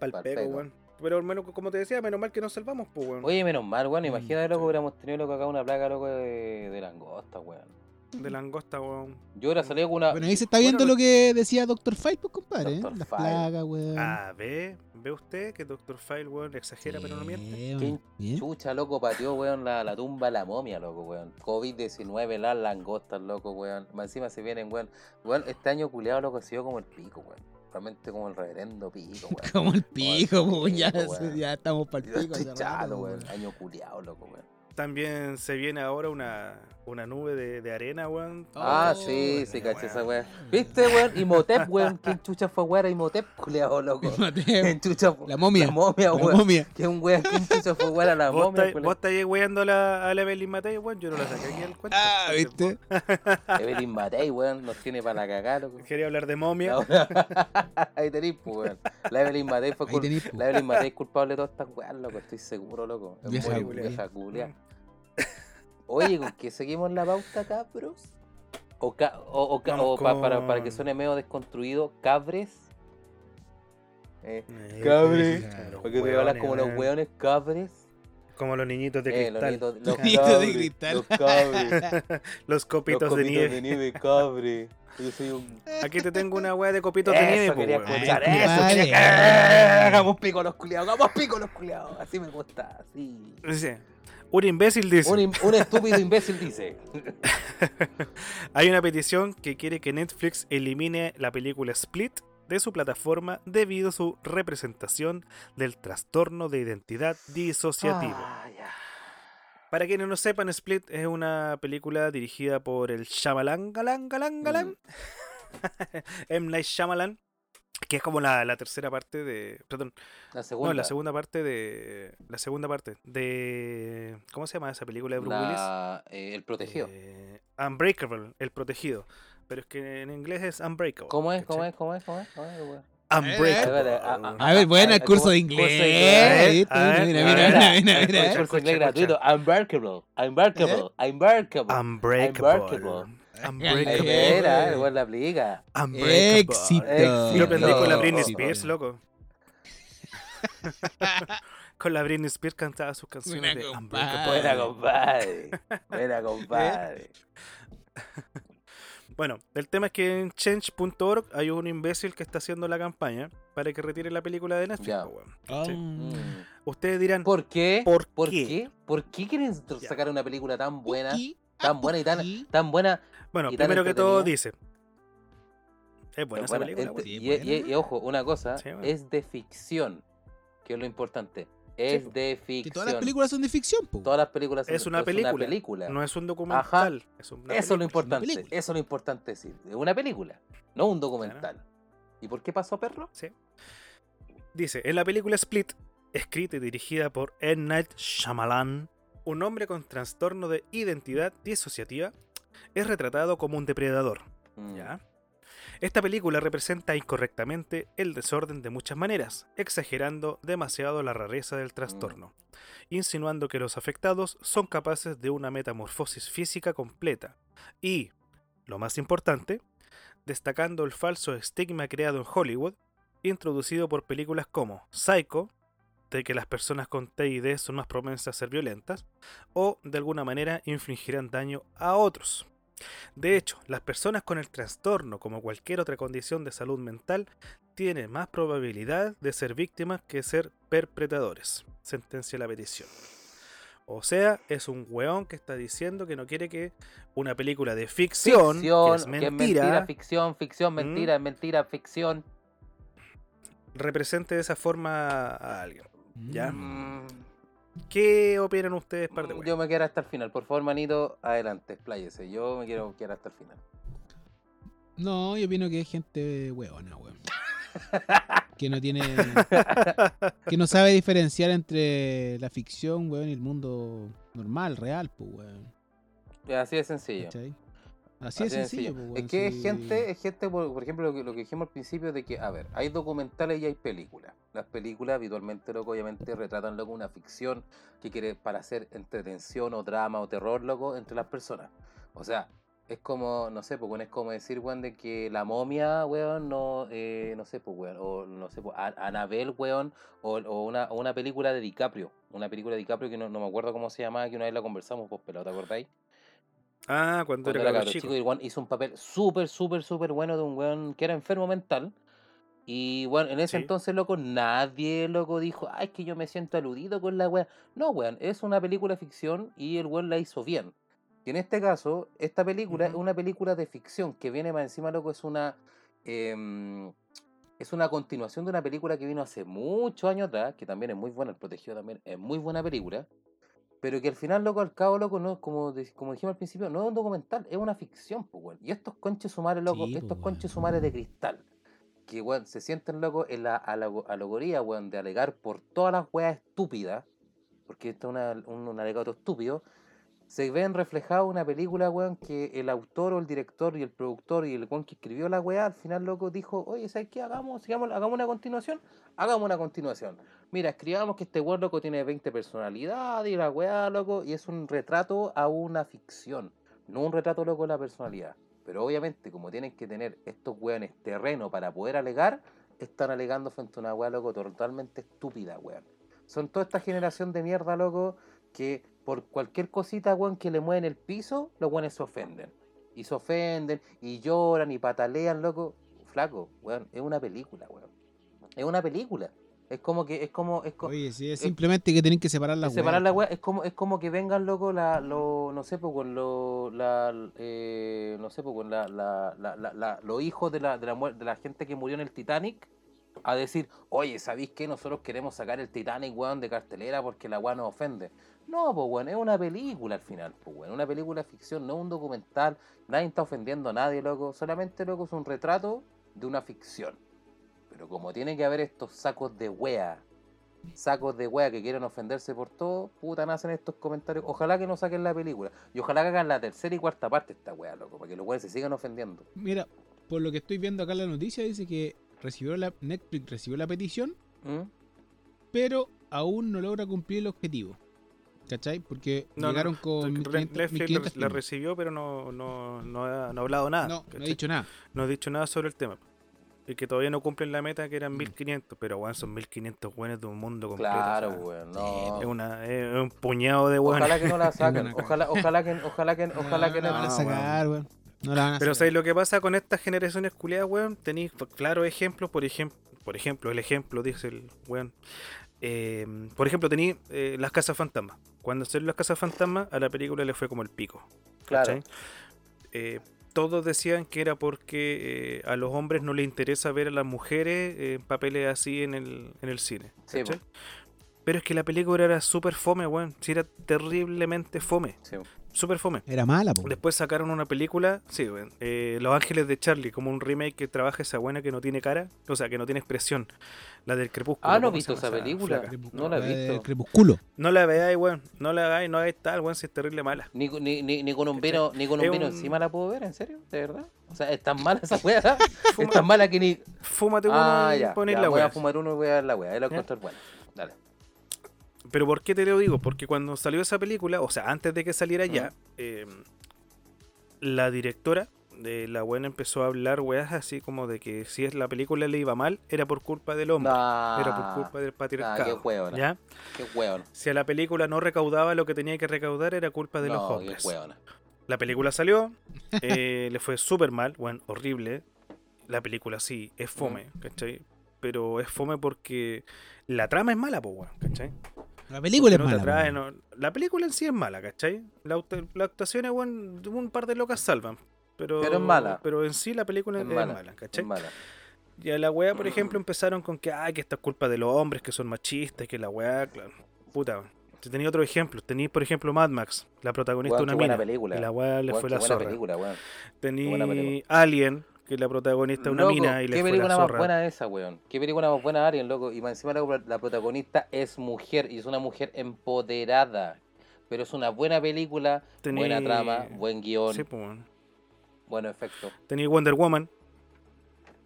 pa'l
Pa'l
pego,
pego.
weón. Pero hermano, como te decía, menos mal que nos salvamos, pues, weón.
Oye, menos mal, weón.
Mm,
Imagínate, loco,
sí.
hubiéramos tenido loco acá una plaga, loco, de, de langosta, weón.
De langosta, weón.
Yo hubiera salido con una.
Bueno, ahí se está
Bueno,
viendo
lo-
lo que decía Doctor Fight, pues, compadre. ¿eh?
Dr.
Las
File.
plagas, weón.
A ver, ve usted que Dr. File, weón, exagera, Ah, pero no miente.
Sí, weón. Bien.
Chucha, loco, pateó, weón, la, la tumba de la momia, loco, weón. COVID-19, las langostas, loco, weón. Más encima se vienen, weón. Weón, este año culeado, loco, ha sido como el pico, weón. Realmente como el reverendo pico, weón.
Como el pico,
Como el
weón. Ya,
pico, weón.
ya estamos para
Yo
el pico.
estoy
hace
chalo,
rato,
weón.
weón.
Año culeado, loco, weón.
También se viene ahora una, una nube de, de arena, weón.
Oh,
ah, sí, sí,
weón.
caché esa weón.
Ah,
¿Viste, weón? Imhotep, weón. ¿Quién chucha fue, weón? Imhotep, culeado, loco.
Mateo,
¿Quién chucha fue?
La momia. La
La momia, weón.
momia.
¿Quién, weón? ¿Quién chucha fue, weón? a La
Vos
momia,
estáis vos
culeado.
estáis weando a la, a la Evelyn Matei, weón. Yo no la saqué aquí al cuento.
Ah, viste.
Evelyn Matei, weón. Nos tiene para la cagada, loco.
Quería hablar de momia.
La- Ahí tenéis, pues, weón. La Evelyn Matei fue
Ahí
cul-
tenéis.
pues.
la Evelyn Matei es culpable de todas estas weas, loco. Estoy seguro, loco. Es
Vieja
muy
culia.
vieja culia. Oye, ¿con qué seguimos la pauta, cabros? O, ca- o, o ca-
Vamos
o pa- para,
con-
para que suene medio desconstruido, cabres. Eh,
Eh,
Cabre.
claro,
porque te hablas
weones,
como los
weón.
weones, cabres.
Como los niñitos de
Eh, los
cristal.
niños-
los,
los
Niños de
cabres,
cristal.
Los cabres.
copitos de
los copitos
nieve.
de nieve, cabre. Yo soy un
Aquí te tengo una weá de copitos de nieve,
Eso
po,
quería
weón.
escuchar,
Ay,
eso
compadre.
quería que- Hagamos pico los culiados, hagamos pico los culiados. Así me gusta, así.
Dice, Un imbécil dice.
Un, im- un estúpido imbécil dice.
Hay una petición que quiere que Netflix elimine la película Split de su plataforma debido a su representación del trastorno de identidad disociativo.
Ah, ya.
Para quienes no sepan, Split es una película dirigida por el Shyamalan, galán, galán,
Mm.
galán, M. Night Shyamalan, que es como la, la tercera parte de... Perdón,
La segunda.
no, la segunda parte de... La segunda parte de... ¿Cómo se llama esa película de Bruce Willis?
La- eh, el protegido.
Eh, Unbreakable, el protegido. Pero es que en inglés es Unbreakable.
¿Cómo es?
¿cachai?
¿Cómo es? ¿Cómo es? ¿Cómo es? ¿Cómo es? weón?
Unbreakable.
Espérate, ah, a- a-
A ver, buena, el curso de
¿Cómo- curso
inglés.
de inglés?
¿viste?
A ver, a
Mira, mira,
ver, a
mira, mira,
ver,
mira,
a
El
ver.
¿eh?
curso de
Escucha, ¿Eh?
inglés gratuito. Unbreakable. Unbreakable. Unbreakable.
Unbreakable.
Eh,
Unbreakable.
ah. Era, el weón la aplica.
Unbreakable.
Éxito.
Yo aprendí con la Britney
Éxito.
Spears, loco. con la Britney Spears cantaba sus canciones
Buena
de pues.
compadre.
Unbreakable.
Buena, compadre.
¿Eh?
Buena, compadre.
Bueno, el tema es que en change.org hay un imbécil que está haciendo la campaña para que retire la película de Netflix.
Ya.
po, weón.
Ah,
Sí.
Mm.
Ustedes dirán,
¿Por qué?
¿Por
¿Por
qué?
qué? ¿Por qué quieren tr-
Ya.
sacar una película tan buena?
Puki,
Tan
ah,
buena y tan,
puki.
tan buena.
Bueno,
y tan
primero que todo
entretenida.
dice. Es buena esa
buena,
película,
ent-
güey.
Sí,
este, y, y-
buena.
y ojo, una cosa,
Sí, bueno.
es de ficción, que es lo importante. Es
po.
de ficción.
Que todas las películas son de ficción, po.
Todas las películas son
Es
de-
una
entonces
película.
película.
No es un documental. Es una
eso es lo
película.
importante.
película.
Eso es lo importante decir. Es una película, no un documental. ¿Y por qué pasó, perro?
Dice, en la película Split, escrita y dirigida por M. Night Shyamalan, un hombre con trastorno de identidad disociativa es retratado como un depredador.
Mm.
¿ya? Esta película representa incorrectamente el desorden de muchas maneras, exagerando demasiado la rareza del trastorno, insinuando que los afectados son capaces de una metamorfosis física completa y, lo más importante, destacando el falso estigma creado en Hollywood, introducido por películas como Psycho, de que las personas con TID son más propensas a ser violentas o de alguna manera infligirán daño a otros. De hecho, las personas con el trastorno, como cualquier otra condición de salud mental, tienen más probabilidad de ser víctimas que ser perpetradores, sentencia la petición. O sea, es un weón que está diciendo que no quiere que una película de ficción, que es mentira, Mm.
ficción, ficción, mentira, mentira, ficción.
represente de esa forma a alguien. Ya.
Mm,
¿Qué opinan ustedes, par de
yo
weones?
me quedo hasta el final. Por favor, manito, adelante, expláyese. Yo me quiero quedar hasta el final.
No, yo opino que es gente hueona, weón. Que no tiene. que no sabe diferenciar entre la ficción, weón, y el mundo normal, real, pues, weón.
Así de sencillo.
¿Cachai? Así, es
Así de
sencillo,
sencillo.
pues,
Es
weón,
que
sí.
es gente, es gente por, por ejemplo, lo que, lo que dijimos al principio de que, a ver, hay documentales y hay películas. Las películas habitualmente, loco, obviamente retratan, loco, una ficción que quiere para hacer entretención o drama o terror, loco, entre las personas. O sea, es como, no sé, pues, weón, es como decir, weón, de que la momia, weón, no, eh, no sé, pues, weón, o no sé, pues, An- Anabel, weón, o, o una, o una película de DiCaprio. Una película de DiCaprio que no, no me acuerdo cómo se llamaba, que una vez la conversamos, pues, pelota, ¿te acordáis?
Ah, cuando
cuando
era
era
cabrón
cabro
chico.
chico, y el weón hizo un papel súper, súper, súper bueno de un weón que era enfermo mental. Y bueno, en ese
Sí.
entonces, loco, nadie, loco, dijo, ay, es que yo me siento aludido con la weá. No, weón, es una película de ficción y el weón la hizo bien. Y en este caso, esta película es
Ujú.
una película de ficción que viene más encima, loco, es una. em, es una continuación de una película que vino hace muchos años atrás, que también es muy buena, El Protegido también es muy buena película, pero que al final, loco, al cabo, loco, no, como, de- como dijimos al principio, no es un documental, es una ficción, pues, weón. Y estos conches sumares, loco,
Sí, po,
estos conches
weón.
sumares de cristal, que, weón, se sienten, loco, en la alago- alegoría, weón, de alegar por todas las weas estúpidas, porque esto es una- un, un alegato estúpido, se ven reflejado en una película, weón, que el autor o el director y el productor y el weón que escribió la weá, al final, loco, dijo, oye, ¿sabes qué? Hagamos, sigamos, hagamos una continuación, hagamos una continuación. Mira, escribamos que este weón, loco, tiene 20 personalidades y la weá, loco, y es un retrato a una ficción, no un retrato, loco, de la personalidad. Pero obviamente, como tienen que tener estos weones terreno para poder alegar, están alegando frente a una weá, loco, totalmente estúpida, weón. Son toda esta generación de mierda, loco, que por cualquier cosita, weón, que le mueven el piso, los weones se ofenden. Y se ofenden, y lloran, y patalean, loco. Flaco, weón, es una película, weón. Es una película. Es como que, es como, es como...
Oye, sí, es simplemente que tienen que separar las
Es separar
weas,
la
po.
wea, es como, es como que vengan, loco, la, lo, no sé, pues, con lo, la, eh, no sé, pues, con la, la, la, la- la- los hijos de la, de, la, muer- de la gente que murió en el Titanic a decir, oye, ¿sabéis qué? Nosotros queremos sacar el Titanic, weón, de cartelera porque la weá nos ofende. No, pues, weón, es una película al final, pues, weón, una película de ficción, no un documental, nadie está ofendiendo a nadie, loco, solamente, loco, es un retrato de una ficción. Pero como tiene que haber estos sacos de wea, sacos de wea que quieren ofenderse por todo, puta, nacen estos comentarios. Ojalá que no saquen la película. Y ojalá que hagan la tercera y cuarta parte esta wea, loco, para que los weas se sigan ofendiendo.
Mira, por lo que estoy viendo acá en la noticia, dice que recibió la, Netflix recibió la petición,
¿Mm?
pero aún no logra cumplir el objetivo. ¿Cachai? Porque
No, no,
llegaron con
Re-
1500
Netflix la-
1500
la
firmas.
recibió, pero no, no, no ha, no ha hablado nada.
No, no
¿cachai?
he dicho nada.
No ha dicho nada sobre el tema. Y que todavía no cumplen la meta que eran
Mm.
1500, pero weón, son 1500 weones de un mundo completo.
Claro,
o sea,
weón,
Es,
no.
una, es un puñado de weones.
Ojalá que no la saquen.
Una caga.
Ojalá, ojalá que, ojalá que, ojalá
No,
que
no la
no.
van a
no,
sacar, weón. No la van a
Pero
sacar.
¿sabes lo que pasa con estas generaciones culiadas, weón? Tenéis f- claros ejemplos, por ejemplo, por ejemplo, el ejemplo, dice el weón. Eh, por ejemplo, tenéis eh, las casas fantasmas. Cuando hicieron las casas fantasmas, a la película le fue como el pico.
Claro.
¿cachai? Eh, todos decían que era porque eh, a los hombres no les interesa ver a las mujeres eh, en papeles así en el, en el cine.
Sí,
¿cachai?
po,
Pero es que la película era súper fome, weón. Sí, era terriblemente fome.
sí, po.
Súper fome.
Era mala, po.
Después sacaron una película, sí, weón, eh, Los Ángeles de Charlie, como un remake que trabaja esa buena que no tiene cara, o sea, que no tiene expresión, la del crepúsculo.
Ah, no
¿cómo
he
se
visto
llama
esa película.
flaca?
No la he
del
visto.
Crepúsculo.
No la veáis, weón, no la hagáis, no hagáis tal, weón, si es terrible mala.
Ni, ni, ni, ni con un vino, ni con un
Es
vino
un-
encima la puedo ver, ¿en serio? ¿De verdad? O sea, es tan mala esa wea. es
Fuma-
tan mala que ni.
Fúmate uno
Ah,
y
ya.
ponéis
ya,
la ¿Eh?
voy a
weá.
fumar uno y voy a ver la wea. Ahí la
Ya.
encuentro buena. Dale.
Pero ¿por qué te lo digo? Porque cuando salió esa película, o sea, antes de que saliera ya,
Ujú.
eh, la directora eh, la buena empezó a hablar weas así como de que si es la película le iba mal, era por culpa del hombre.
Nah,
Era por culpa del
nah, Ah, qué
patriarcado.
hueona,
¿Ya?
qué hueona.
Si a la película no recaudaba lo que tenía que recaudar, era culpa de los
No, qué
hombres.
hueona.
La película salió, eh, le fue súper mal, bueno, horrible. La película sí, es fome, ¿cachai? Pero es fome porque la trama es mala, pues, ¿cachai?
La película es
Porque no te
mala.
atrae,
weón.
no- la película en sí es mala, ¿cachai? La, aut- la actuación es buen, un par de locas salvan. Pero,
Pero es mala.
Pero en sí la película
Es
es,
mala,
mala, ¿cachai?
Es mala.
Y a la weá,
Mm.
por ejemplo, empezaron con que, ay, que esta es culpa de los hombres, que son machistas, que la weá, claro. Puta, si tenía otro ejemplo, tenía, por ejemplo, Mad Max, la protagonista
Weón,
una
qué buena
mina,
película.
y la weá le
Weón,
fue
qué
la
buena
zorra.
película, weón. buena
Tenía
película.
Alien, que la protagonista una
Loco,
mina y le
¿Qué
fue la
película más
zorra.
buena esa, weón? ¿Qué película más buena Ariel, loco? Y más encima la, la protagonista es mujer y es una mujer empoderada. Pero es una buena película,
Tení-
buena trama, buen guión,
Sí, pues, bueno.
buen efecto.
Tenía Wonder Woman.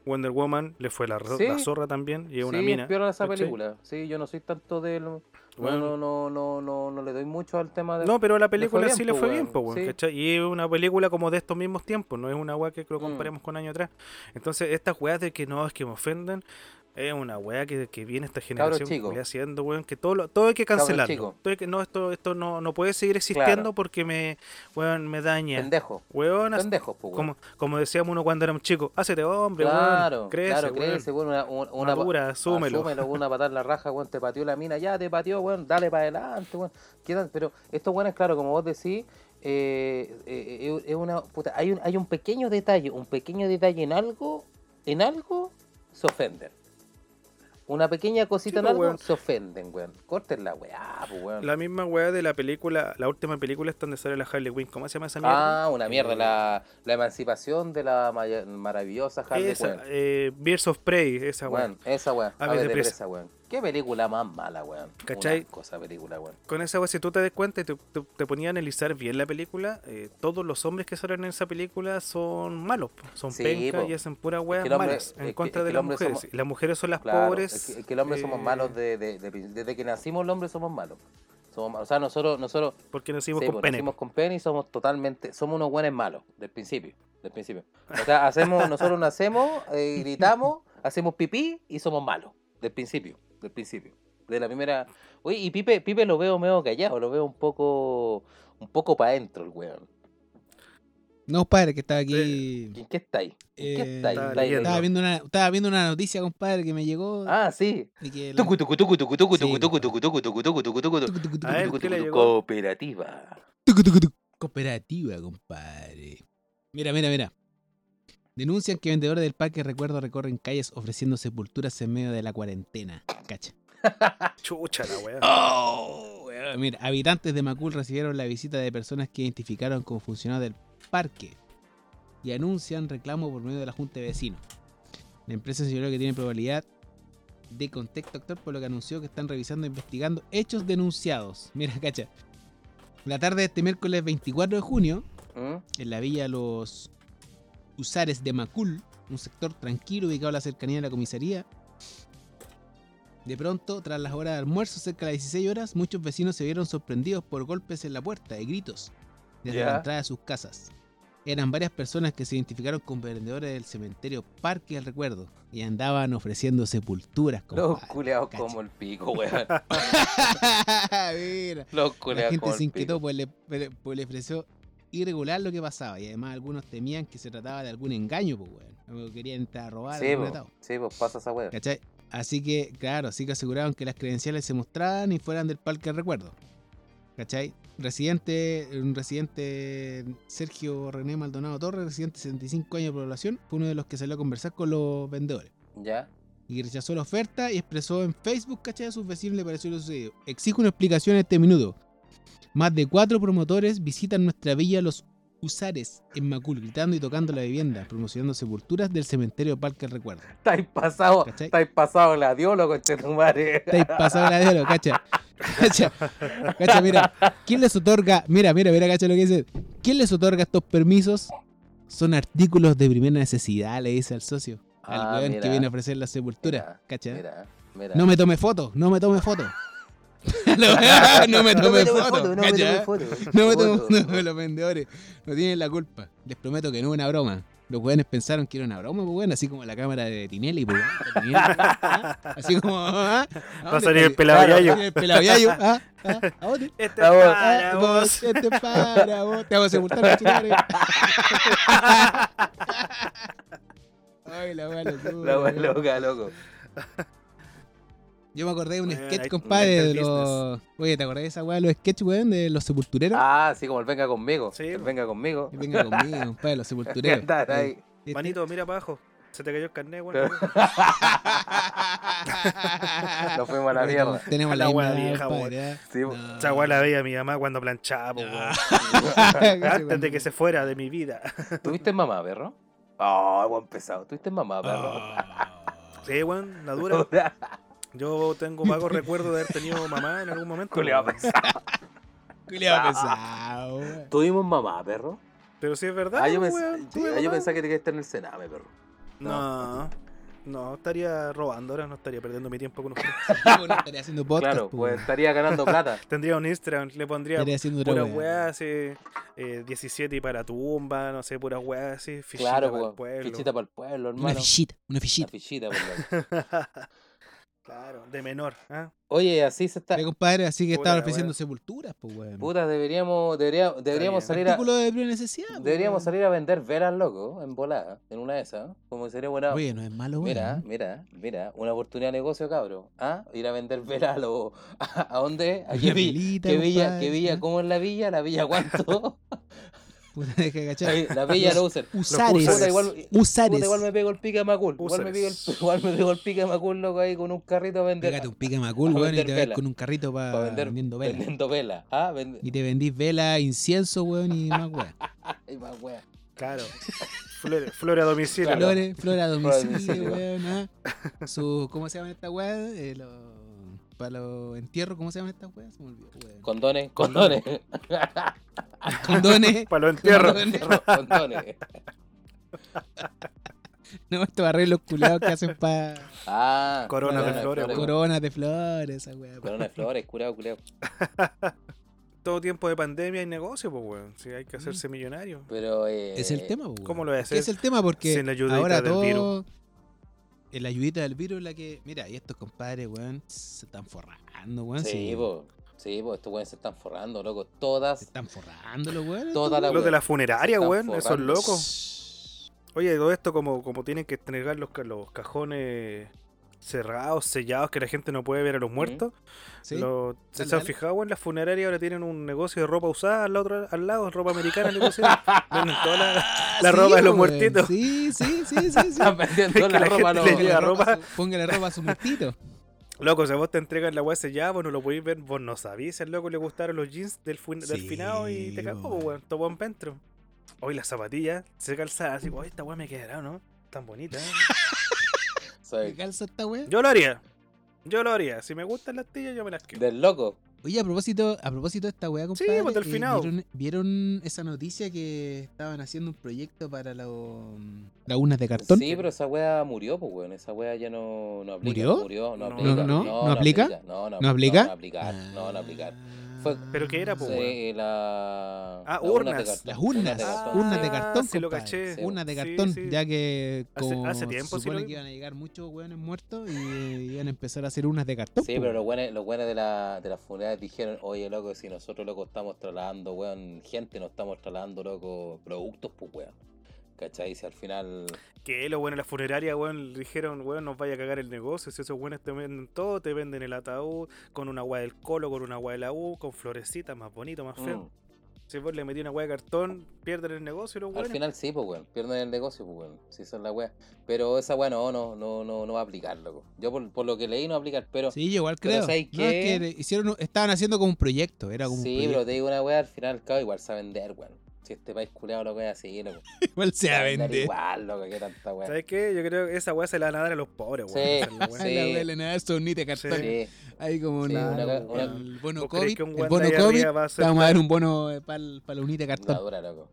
Wonder Woman le fue la, ro- la
Sí.
zorra también y es una
sí,
mina.
piola esa
¿cachai?
película. Sí, yo no soy tanto del... No,
Weón,
no, no, no, no, no le doy mucho al tema de...
No, pero la película
bien,
sí le
po,
fue
weón,
bien, po, weón,
sí.
¿cachai? Y es una película como de estos mismos tiempos, no es una weá que lo
Mm.
comparemos con años atrás. Entonces, estas weas de que no es que me ofenden, es una weá que, que viene esta generación
chico.
que haciendo, weón, que todo, lo- todo hay que
Cabros
cancelarlo.
chico.
Todo hay que- no, esto, esto no, no puede seguir existiendo
Claro.
porque me, weón, me daña.
Pendejo.
Weón, haz-
Pendejo, pues, weón.
como, como decíamos uno cuando éramos chicos, hácete hombre, weón,
Claro,
crece,
claro,
weón,
crece, weón, una, una, una-
madura, asúmelo.
una patada en la raja, weón, te pateó la mina, ya te pateó, weón, dale para adelante, weón. Quedan- pero estos weones, claro, como vos decís, eh, eh, eh, es una puta, hay un, hay un pequeño detalle, un pequeño detalle en algo, en algo se ofenden. Una pequeña cosita
Sí,
en
pues,
algo
weón.
se ofenden, weón. Corten la weá, pues, weón.
La misma weá de la película, la última película es donde sale la Harley Quinn. ¿Cómo se llama esa mierda?
ah, una mierda,
Eh,
la, la emancipación de la maya- maravillosa Harley Quinn.
Esa, eh, Birds of Prey, esa weá.
Weón, esa weón.
Aves de presa.
weón. Qué película más mala, weón.
¿Cachai?
Una cosa película, weón.
Con esa weá, si tú te das cuenta y te, te, te ponía a analizar bien la película, eh, todos los hombres que salen en esa película son malos, po. son
Sí,
pencas
po.
y hacen puras weas
que el hombre-
malas
es
en
que-
contra
es que
de
el
las
hombre
mujeres.
somos-
Y las mujeres son las
Claro,
pobres.
Es que, es que el hombre somos
eh,
malos de, de- de- desde que nacimos, el hombre somos malos. Somos malos. O sea, nosotros, nosotros
Porque nacimos
sí,
con
pues,
pene.
nacimos con pene y somos totalmente, somos unos buenos malos, del principio. Del principio. O sea, hacemos, nosotros nacemos, eh, gritamos, hacemos pipí y somos malos. Del principio, del principio. De la primera. Oye, y Pipe, Pipe lo veo medio callado, lo veo un poco. un poco para adentro el weón.
No, padre, que estaba aquí.
¿En qué está ahí? ¿En
Eh,
qué está ahí?
Estaba
Está ahí
leyendo.
Estaba
no.
viendo, una, estaba viendo una noticia, compadre, que me llegó.
Ah, sí.
de que la-
Tucu, tucu, tucu, tucu, tucu,
Sí,
tucu, tucu,
compadre.
tucu, tucu, tucu, tucu, tucu, tucu,
Tucu, tucu, tucu,
A ver,
tucu,
¿qué le
tucu,
llegó?
cooperativa.
tucu, tucu, tucu. Cooperativa, compadre. Mira, mira, mira. Denuncian que vendedores del parque Recuerdo recorren calles ofreciendo sepulturas en medio de la cuarentena. Cacha.
Chucha la weá.
Ah,
¡Oh! weón. Mira, habitantes de Macul recibieron la visita de personas que identificaron como funcionarios del parque y anuncian reclamo por medio de la Junta de Vecinos. La empresa señaló que tiene probabilidad de contexto actor, por lo que anunció que están revisando e investigando hechos denunciados. Mira, cacha. La tarde de este miércoles 24 de junio,
¿Mm?
en la villa Los Usares de Macul, un sector tranquilo ubicado a la cercanía de la comisaría. De pronto, tras las horas de almuerzo, cerca de las 16 horas, muchos vecinos se vieron sorprendidos por golpes en la puerta y gritos desde
Ya.
la entrada de sus casas. Eran varias personas que se identificaron con vendedores del cementerio Parque del Recuerdo y andaban ofreciendo sepulturas.
Los
compadre,
culeados
cacha.
como el pico, weón.
Mira.
Los
La
culeados
gente
como
se
el
inquietó,
pico.
pues le, pues, le- pues le pareció irregular lo que pasaba. Y además algunos temían que se trataba de algún engaño, pues, weón. Algo Querían entrar a robar,
Sí,
algún
pues,
atado,
sí, pues pasa esa weón.
¿cachai? Así que, claro, así que aseguraron que las credenciales se mostraran y fueran del parque del recuerdo. ¿Cachai? Residente, un residente Sergio René Maldonado Torres, residente de 65 años de población, fue uno de los que salió a conversar con los vendedores
Ya.
y rechazó la oferta y expresó en Facebook, ¿cachai? A sus vecinos le pareció lo sucedido. Exijo una explicación en este minuto. Más de cuatro promotores visitan nuestra villa Los Usares en Macul, gritando y tocando la vivienda, promocionando sepulturas del cementerio Parque del Recuerdo.
Estáis pasado,
¿Cachai?
estáis pasado la diolo, conchetumare.
Estáis pasados la de lo, cacha. Cacha, cacha, mira. ¿Quién les otorga? Mira, mira, mira, cacha lo que dice. ¿Quién les otorga estos permisos? Son artículos de primera necesidad, le dice al socio. Al
Ah,
weón
mira,
que viene a ofrecer la sepultura,
mira,
cacha.
Mira, mira.
No me tome foto, no me tome foto. no, me tomé foto,
foto, no me
¿cachai?
tomé foto.
No me tomo
Foto.
no, los vendedores. No tienen la culpa. Les prometo que no es una broma. Los weones pensaron que era una broma, pues weón, así como la cámara de Tinelli, pues weón, de Tinelli, ¿ah? Así como, ¿ah? ¿A
Va a
dónde
salir el
está
pelado
Claro,
el-
gallo.
el pelado Yayo? ¿Ah? ¿Ah? ¿A dónde?
Este
Ah, vos.
Ah, vos, este para vos, te vamos a sepultar cachinares. Ay, la wea locura,
La wea
weón.
loca, loco.
Yo me acordé de un
Weón,
sketch,
hay-
compadre, de
inventa el
los. Oye, ¿te acordás de esa weá de los sketch, weón? De los sepultureros.
Ah, sí, como el venga conmigo.
Sí,
el
po.
venga conmigo.
Que Venga conmigo, compadre, los sepultureros. Este,
Andar ahí.
¿Viste?
Manito, mira para abajo. Se te cayó el carnet, weón.
Ah,
Nos fuimos a la
Bueno,
mierda.
este, Tenemos
La
la
wea
misma edad,
vieja,
compadre, ¿eh?
Sí, po.
No.
Esa weá la veía mi mamá cuando planchaba, po,
Ah,
weón. Antes de que se fuera de mi vida.
¿Tuviste mamá, perro? Ah, buen pesado. ¿Tuviste mamá, perro?
Ah.
Sí, weón, la dura. Yo tengo vagos recuerdos de haber tenido mamá en algún momento.
Culeado
weón.
pesado.
Culeado pesado, weón.
¿Tuvimos mamá, perro?
Pero si es verdad, pues,
Ah, yo, pens-
weón,
sí,
tuve
ah, yo
mamá.
pensaba que te quedaste en el Sename, perro.
No, no, estaría robando ahora, no estaría perdiendo mi tiempo con usted.
Tipo, no estaría haciendo podcast,
claro,
po,
pues
weón.
estaría ganando plata.
Tendría un Instagram, le pondría
Estaría haciendo otra
puras
weá.
weas así, eh, 17 y para tumba, no sé, puras weas así, fichita
claro,
para el
pues,
pueblo.
fichita para el pueblo,
Una
hermano.
fichita, una
Una
fichita.
fichita, por favor.
claro, de menor, ¿ah?
Oye, así se está.
Oye, compadre, así que
Puta
estaban
la
ofreciendo
weá.
sepulturas, pues, weón.
Putas, deberíamos, debería- deberíamos
bien.
salir a.
Artículo de primera necesidad. po,
Deberíamos
weón.
salir a vender velas, loco, en volada, en una de esas. ¿eh? Como sería buena.
Oye, no es malo, weón.
Mira, mira, mira, una oportunidad de negocio, cabro. ¿Ah? Ir a vender velas a los. ¿A, a dónde? ¿A qué villa?
Vilita,
¿Qué villa?
compadre,
¿Qué villa?
¿ah?
¿Cómo es la villa? ¿La villa cuánto?
Puta, deja de
la,
cachar.
vi- la villa Loser.
Usares.
Puta,
igual-
Usares.
Puta, igual me pego el pica de Macul. Igual me, pego el,
Húsares.
igual me pego el pica de Macul, loco, ahí con un carrito a vender.
Pégate un pica macul,
a
weón, y
vender
te vas
vela.
con un carrito para
Pa' vender-
vendiendo vela.
Vendiendo vela. Ah, vend-
Y te vendís vela, incienso, weón, y más weón.
Ay, más wea.
Claro. Flores, flores a domicilio.
Claro.
Flores, flora a domicilio,
domicilio.
weón. ah. Su, ¿Cómo se llaman estas weas? Eh, lo- para los entierros, ¿cómo se llaman estas weas? Se me olvidó, weón.
Condones, condones.
Condones.
Para los entierros.
Condones.
Perro, condones.
No, estos arreglos culiados que hacen para
Ah,
Corona
de
flores, weón.
coronas de flores, esa wea.
Corona de flores, curado, curado.
Todo tiempo de pandemia y negocio, pues, weón. Si hay que hacerse
Mm.
millonario.
Pero. Eh,
Es el tema, po, weón.
¿Cómo lo voy a
Es que
hacer?
es el tema porque
sin la ayudita
ahora
del
todo en la ayudita del virus es la que mira y estos compadres weón se están forrando weón
Sí,
sí,
po. Sí, po, estos weones se están forrando, loco.
se
Todas.
están forrando los weones
Toda la
Los de
weón.
la funeraria,
Están
weón, esos
forrando.
locos. Oye, todo esto como, como tienen que entregar los, ca- los cajones cerrados, sellados, que la gente no puede ver a los muertos.
Sí.
Lo- ¿Se,
Dale,
se han
dale.
fijado, weón? Las funerarias ahora tienen un negocio de ropa usada al, otro, al lado, ropa americana, le pusieron. Venden toda la, la
Ah, Sí,
ropa de los
po, weón.
muertitos.
sí sí sí sí, sí.
Están vendiendo
que
la
la
ropa a
gente le
los-
llega
Póngale
ropa.
a su- póngale ropa a sus muertitos
Loco, si a vos te entregan la weá sellada, vos no lo podéis ver, vos no sabís, al loco le gustaron los jeans del, fun- del
Sí,
finado y te cagó,
weón.
weón, tomó en pentro. Hoy las zapatillas se calzadas, así, hoy esta weá me quedará, ¿no? Tan bonita. ¿eh?".
¿Qué
Soy
calza esta wea?
Yo lo haría. Yo lo haría. Si me gustan las tillas, yo me las quedo.
Del loco.
Oye, a propósito, a propósito de esta weá, compadre. eh,
pues, del finado.
¿vieron, vieron esa noticia que estaban haciendo un proyecto para los mm, lagunas de cartón?
Sí, pero esa wea murió, pues, weón. Esa wea ya no, no aplica.
¿Murió?
no
No,
aplica.
no,
no, ¿no aplica?
No, no,
¿No aplica? Ah.
No, no aplicar. ah, No, no aplicar. Fue-
¿Pero qué era, po,
Sí.
Ah, pues, weón?
Sí, la.
Ah,
la urna de
urnas.
cartón,
Las urnas,
de cartón.
urnas de
Ah,
cartón,
sí, lo
compadre.
caché.
Sí,
Urnas de
sí,
cartón,
sí.
ya que
Hace-
como
hace tiempo,
se
sí lo
supone
vi.
que iban a llegar muchos hueones muertos y eh, iban a empezar a hacer urnas de cartón.
Sí,
po,
pero
pues, weón.
los buenos, los buenos de, la, de las funerarias dijeron, oye, loco, si nosotros, loco, estamos trasladando, weón, gente, no estamos trasladando, loco, productos, pues, weón. ¿Cachai? Si al final...
Que lo bueno, la funeraria, weón, le dijeron, weón, nos vaya a cagar el negocio. Si esos weones te venden todo, te venden el ataúd, con una weá del colo, con una weá de la U, con florecitas, más bonito, más feo.
mm,
Si vos le metí una weá de cartón, pierden el negocio los
al
weones.
final sí, pues, weón. Pierden el negocio, pues, weón. Si son la weá. Pero esa weá no, no, no, no, no va a aplicar, loco. Yo por, por lo que leí no va a aplicar, pero...
Sí, yo igual
Pero
creo.
¿sabes
No, es
qué?
que le hicieron, un- estaban haciendo como un proyecto, era como
Sí,
un
pero
proyecto.
te digo una weá, al final, al cabo, igual se va a vender, weón. Si este país culeado lo que así, loco.
Igual se
va
va
a
a
vender
vender.
Igual, loco, qué tanta weá.
¿Sabes qué? Yo creo que esa weá se la van a dar a los pobres, weón.
Sí.
esa es la weá.
Sí.
Ay, la weá, le nada, estos ni de cartón.
Sí.
Sí.
Ahí como
eh. Sí,
una-
una- una-
el bono
¿Vos crees
COVID,
que un
el
weón
bono
de ahí
COVID,
arriba va a
te
ser
vamos a dar un bono para la unidad de
La
cartón.
dura, loco.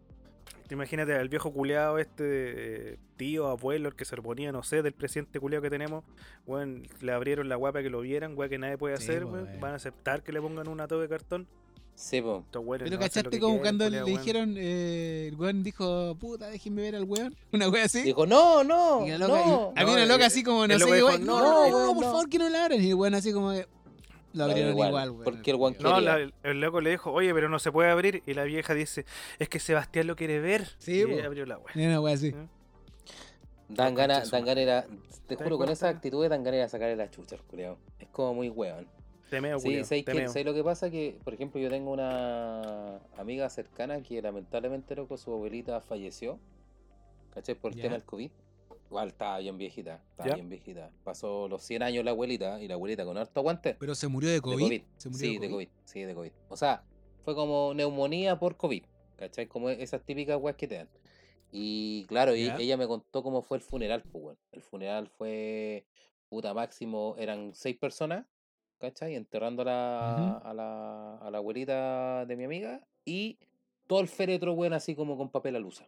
Imagínate al viejo culeado, este eh, tío, abuelo, el que se reponía, no sé, del presidente culeado que tenemos. Weón, le abrieron la guapa que lo vieran, weón, que nadie puede
Sí,
hacer,
po,
weón.
weón.
Van a aceptar que le pongan un atado de cartón.
Sí, po.
Estos weones
Pero
no hacen lo
cachaste
que
como
quieren,
cuando
culiao,
le
weón.
dijeron, eh, el weón dijo, puta, déjenme ver al weón. Una wea así.
Dijo, no, no,
Y la loca-
no.
y- había una
No,
loca
eh,
así como, no
el
sé,
loco dijo,
weón, no,
"No,
no,
weón,
no, por
no".
favor que no la abran. Y el weón así como que lo abrieron
igual,
igual, weón.
porque el weón
No,
quería.
la- el loco le dijo, oye, pero no se puede abrir. Y la vieja dice, es que Sebastián lo quiere ver.
Sí,
y
po.
abrió la weón.
Era una wea así.
Dan
Concha
ganas,
su
dan
madre.
ganas era- Te
das
juro, con
cuenta?
esa actitud dan ganas de sacarle la chucha, al culiao. Es como muy weón.
Te meo,
Sí,
culiao,
¿sabes
te
qué?
meo.
¿Sabes lo que pasa? Que, por ejemplo, yo tengo una amiga cercana que lamentablemente, loco, su abuelita falleció, ¿cachai? Por el
Ya.
tema del COVID. Igual estaba bien viejita, estaba
Ya.
bien viejita. Pasó los 100 años la abuelita y la abuelita con harto aguante.
Pero se murió de COVID.
De COVID.
Se murió
sí, de COVID. Sí, de COVID. O sea, fue como neumonía por COVID. ¿Cachai? Como e, esas típicas weas que te dan. Y claro, y
Ya.
ella me contó cómo fue el funeral, pues, weón. El funeral fue, puta, máximo eran seis personas, ¿cachai? Enterrando a la, a la, a la abuelita de mi amiga y todo el féretro, weón, así como con papel alusa.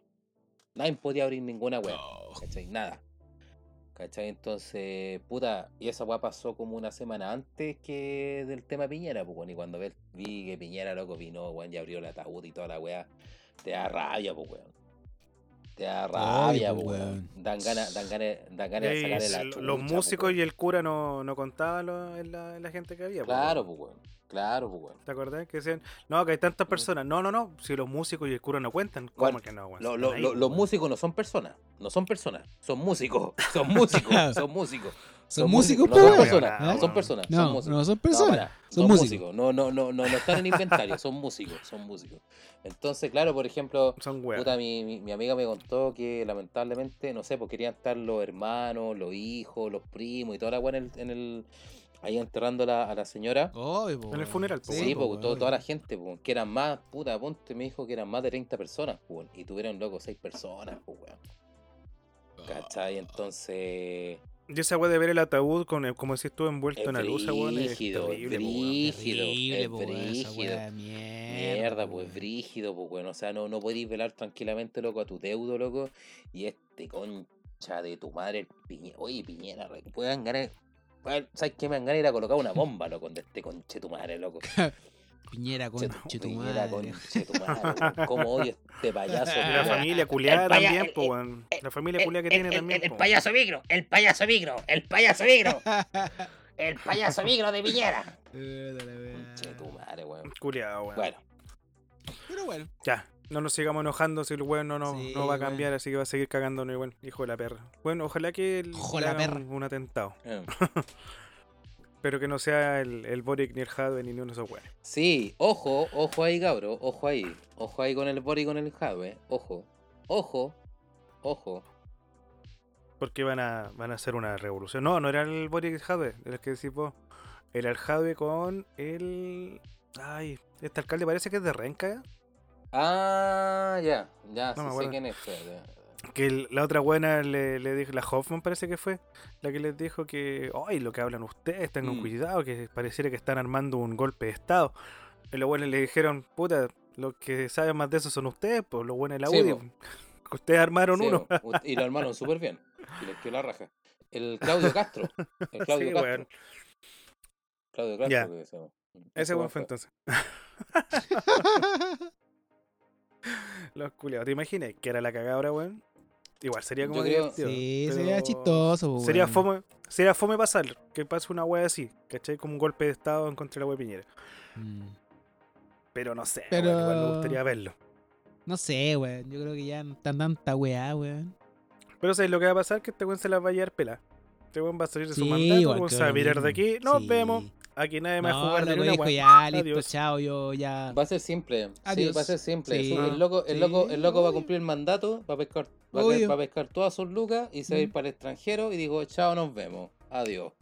Nadie podía abrir ninguna wea.
Oh,
¿cachai? Nada. ¿Cachai? Entonces, puta, y esa weá pasó como una semana antes que del tema Piñera, pues, weón, y cuando ve- vi que Piñera, loco, vino, weón, y abrió el ataúd y toda la weá, te da rabia, pues, weón. Te da rabia,
po,
pues, weón.
weón.
Dan ganas, dan ganas, dan ganas de
Y
sacarle la
s-
chucha,
los
pues,
músicos
weón.
y el cura no, no contaban lo- en la, en la gente que había. po,
Claro, pues, weón. Claro, pues, weón.
¿Te acordás? Que decían, no, que hay tantas personas. No, no, no. Si los músicos y el cura no cuentan, ¿cómo
Mm. Bueno,
que no, weón?
Lo-
Si
lo-
Pues, están ahí,
lo-
po,
los
weón.
músicos no son personas, no son personas, son músicos, son músicos, son músicos.
Son músicos, pues,
no son
weón.
pero
personas,
Ah,
no son
weón.
personas, son
No,
músicos.
no son
No,
personas.
para,
son
son
músicos.
músicos. No, no, no, no, no están en inventario, son músicos, son músicos. Entonces, claro, por ejemplo,
Son weón.
puta, mi, mi- mi amiga me contó que lamentablemente, no sé, pues querían estar los hermanos, los hijos, los primos y toda la weá en el, en el- ahí enterrando a la, a la señora.
Obvio, po,
En el
weón.
funeral, po,
Sí,
po,
pues
Oh, weón.
toda la gente, po, que eran más, puta, ponte, me dijo que eran más de 30 personas, po, y tuvieron, loco, 6 personas, pues, weón. ¿Cachai? Entonces,
Y esa weón de ver el ataúd, con el- como si estuvo envuelto
Es
en alusa, weón. Es
brígido, es
terrible, po, weón.
Brígido,
Terrible,
es
po, weón, esa
brígido.
wea de Mierda,
Mierda,
po,
pues
weón.
brígido, pues weón. O sea, no, no podéis velar tranquilamente, loco, a tu deudo, loco. Y este concha de tu madre, el piñera. Oye, piñera, re- pues, puedan ganar. Bueno, ¿Sabes qué? Me han ganado ir a colocar una bomba, loco, de este conche tu madre, loco.
Piñera con
Conche tu- Piñera,
chetumadre.
conche tu madre, weón. ¿Cómo odio este payaso?
Y la
Ah,
weón.
familia culiada
el paya-
también,
el-
po, weón.
eh,
La familia
El-
culiada que
el-
tiene
el-
también,
El,
po, weón.
payaso micro, el payaso micro, el payaso micro, el payaso micro de Piñera.
Conche tu
Pero
madre, weón.
Culiado, weón.
Bueno,
bueno.
Ya, no nos sigamos enojando si el weón no, no,
Sí,
no va a
weón.
cambiar, así que va a seguir cagándonos igual, hijo de la perra. Bueno, ojalá que el,
Ojo
le
la
hagan
perra.
Un, un atentado.
eh.
Pero que no sea el, el Boric ni el Hadwe ni uno de esos weones.
Sí, ojo, ojo ahí, cabro, ojo ahí. Ojo ahí con el Bori y con el Jave, ojo. Ojo, ojo.
Porque van a, van a hacer una revolución. No, no era el Boric y el Hadwe, era el que decís vos. Era el Hadwe con el. Ay, este alcalde parece que es de Renca. ¿eh?
Ah, ya, ya,
No me
sí sé
acuerdo.
quién es. espérate.
Que el- la otra buena le, le dijo, la Hoffman parece que fue, la que les dijo que, ay, lo que hablan ustedes, tengan
Mm.
cuidado, que pareciera que están armando un golpe de Estado. Y los buenos le dijeron, puta, los que saben más de eso son ustedes, pues los buenos de la
Sí,
UDI. Que ustedes armaron
Sí,
uno.
u- Y lo armaron súper bien. Y les quedó la raja. El Claudio Castro. El Claudio
Sí,
Castro.
weón.
Claudio Castro,
Ya.
creo que se llama. Mm,
Ese buen
weón
fue entonces. Los culiados, ¿te imaginas? Que era la cagada ahora, weón. Igual sería como
Yo creo-
divertido,
Sí,
pero
sería chistoso, po,
Sería
weón.
fome, sería fome pasar, que pase una wea así, ¿cachai? Como un golpe de Estado en contra de la wea de Piñera.
Mm.
Pero no sé,
Pero-
weón, igual me gustaría verlo.
No sé, weón. Yo creo que ya no están tanta weá, weón.
Pero ¿sabes lo que va a pasar? Que este weón se las va a llevar pela. Este weón va a salir de su
Sí,
mandato,
igual
weón
que
se va a
ahora
mirar de
mismo.
aquí. Nos
Sí.
vemos. Aquí nadie me va a
No,
jugar
el
de
loco
una
dijo
weá.
ya, listo,
Adiós.
chao, yo ya.
Va a ser simple. Sí,
Adiós.
va a ser simple.
Sí.
El loco, el
Sí,
loco, el loco va a
obvio.
cumplir el mandato, va a pescar, va a,
Obvio.
va a pescar todas sus lucas y se va a ir
Mm.
para el extranjero y digo, chao, nos vemos. Adiós.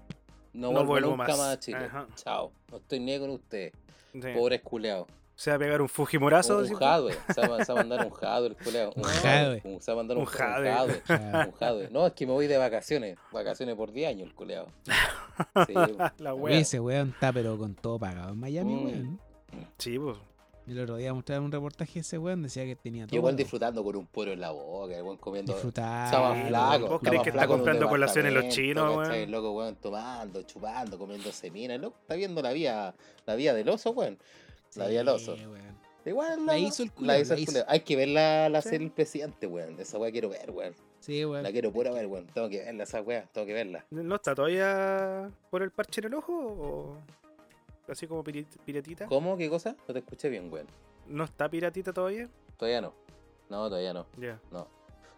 No,
No
vuelvo,
vuelvo
nunca
más.
más. a Chile.
Ajá.
Chao. No estoy ni ahí con ustedes.
Sí.
Pobres culeados.
Se va a pegar un Fujimorazo.
Un
decís tú.
jadwe. Se va se va a mandar un jadwe el culeado.
Un jadwe.
Un- Se va a mandar un,
Un jadwe.
jadwe.
Ya.
Un jadwe. No, es que me voy de vacaciones. Vacaciones por 10 años el culeado. Sí.
la
Oye,
Ah, wea.
ese weón está pero con todo pagado en Miami,
Mm.
weón.
Sí, pues.
El otro día mostraron un reportaje de ese weón, decía que tenía todo.
Yo igual disfrutando con un puero en la boca, el weón comiendo. Está
Disfrutar.
más flaco.
¿Vos
está
crees
más
que está
flaco en un
comprando colaciones los
departamento,
chinos,
¿cachai?
weón?
El loco, weón, tomando, chupando, comiendo semina. El loco está viendo la vía, la vía del oso, weón. La vía del oso.
Sí, weón.
Igual
La hizo el culo,
la hizo
la
el
hizo.
culo. Hay que ver la, la
Sí.
serie El Presidente, weón. Esa weá quiero ver, weón.
Sí, weón.
La quiero pura ver, weón. Tengo que verla, esa weá. Tengo que verla.
¿No está todavía por el parche en el ojo? ¿O así como piri- piratita?
¿Cómo? ¿Qué cosa? No te escuché bien, weón.
¿No está piratita todavía?
Todavía no. No, todavía no.
Ya.
No.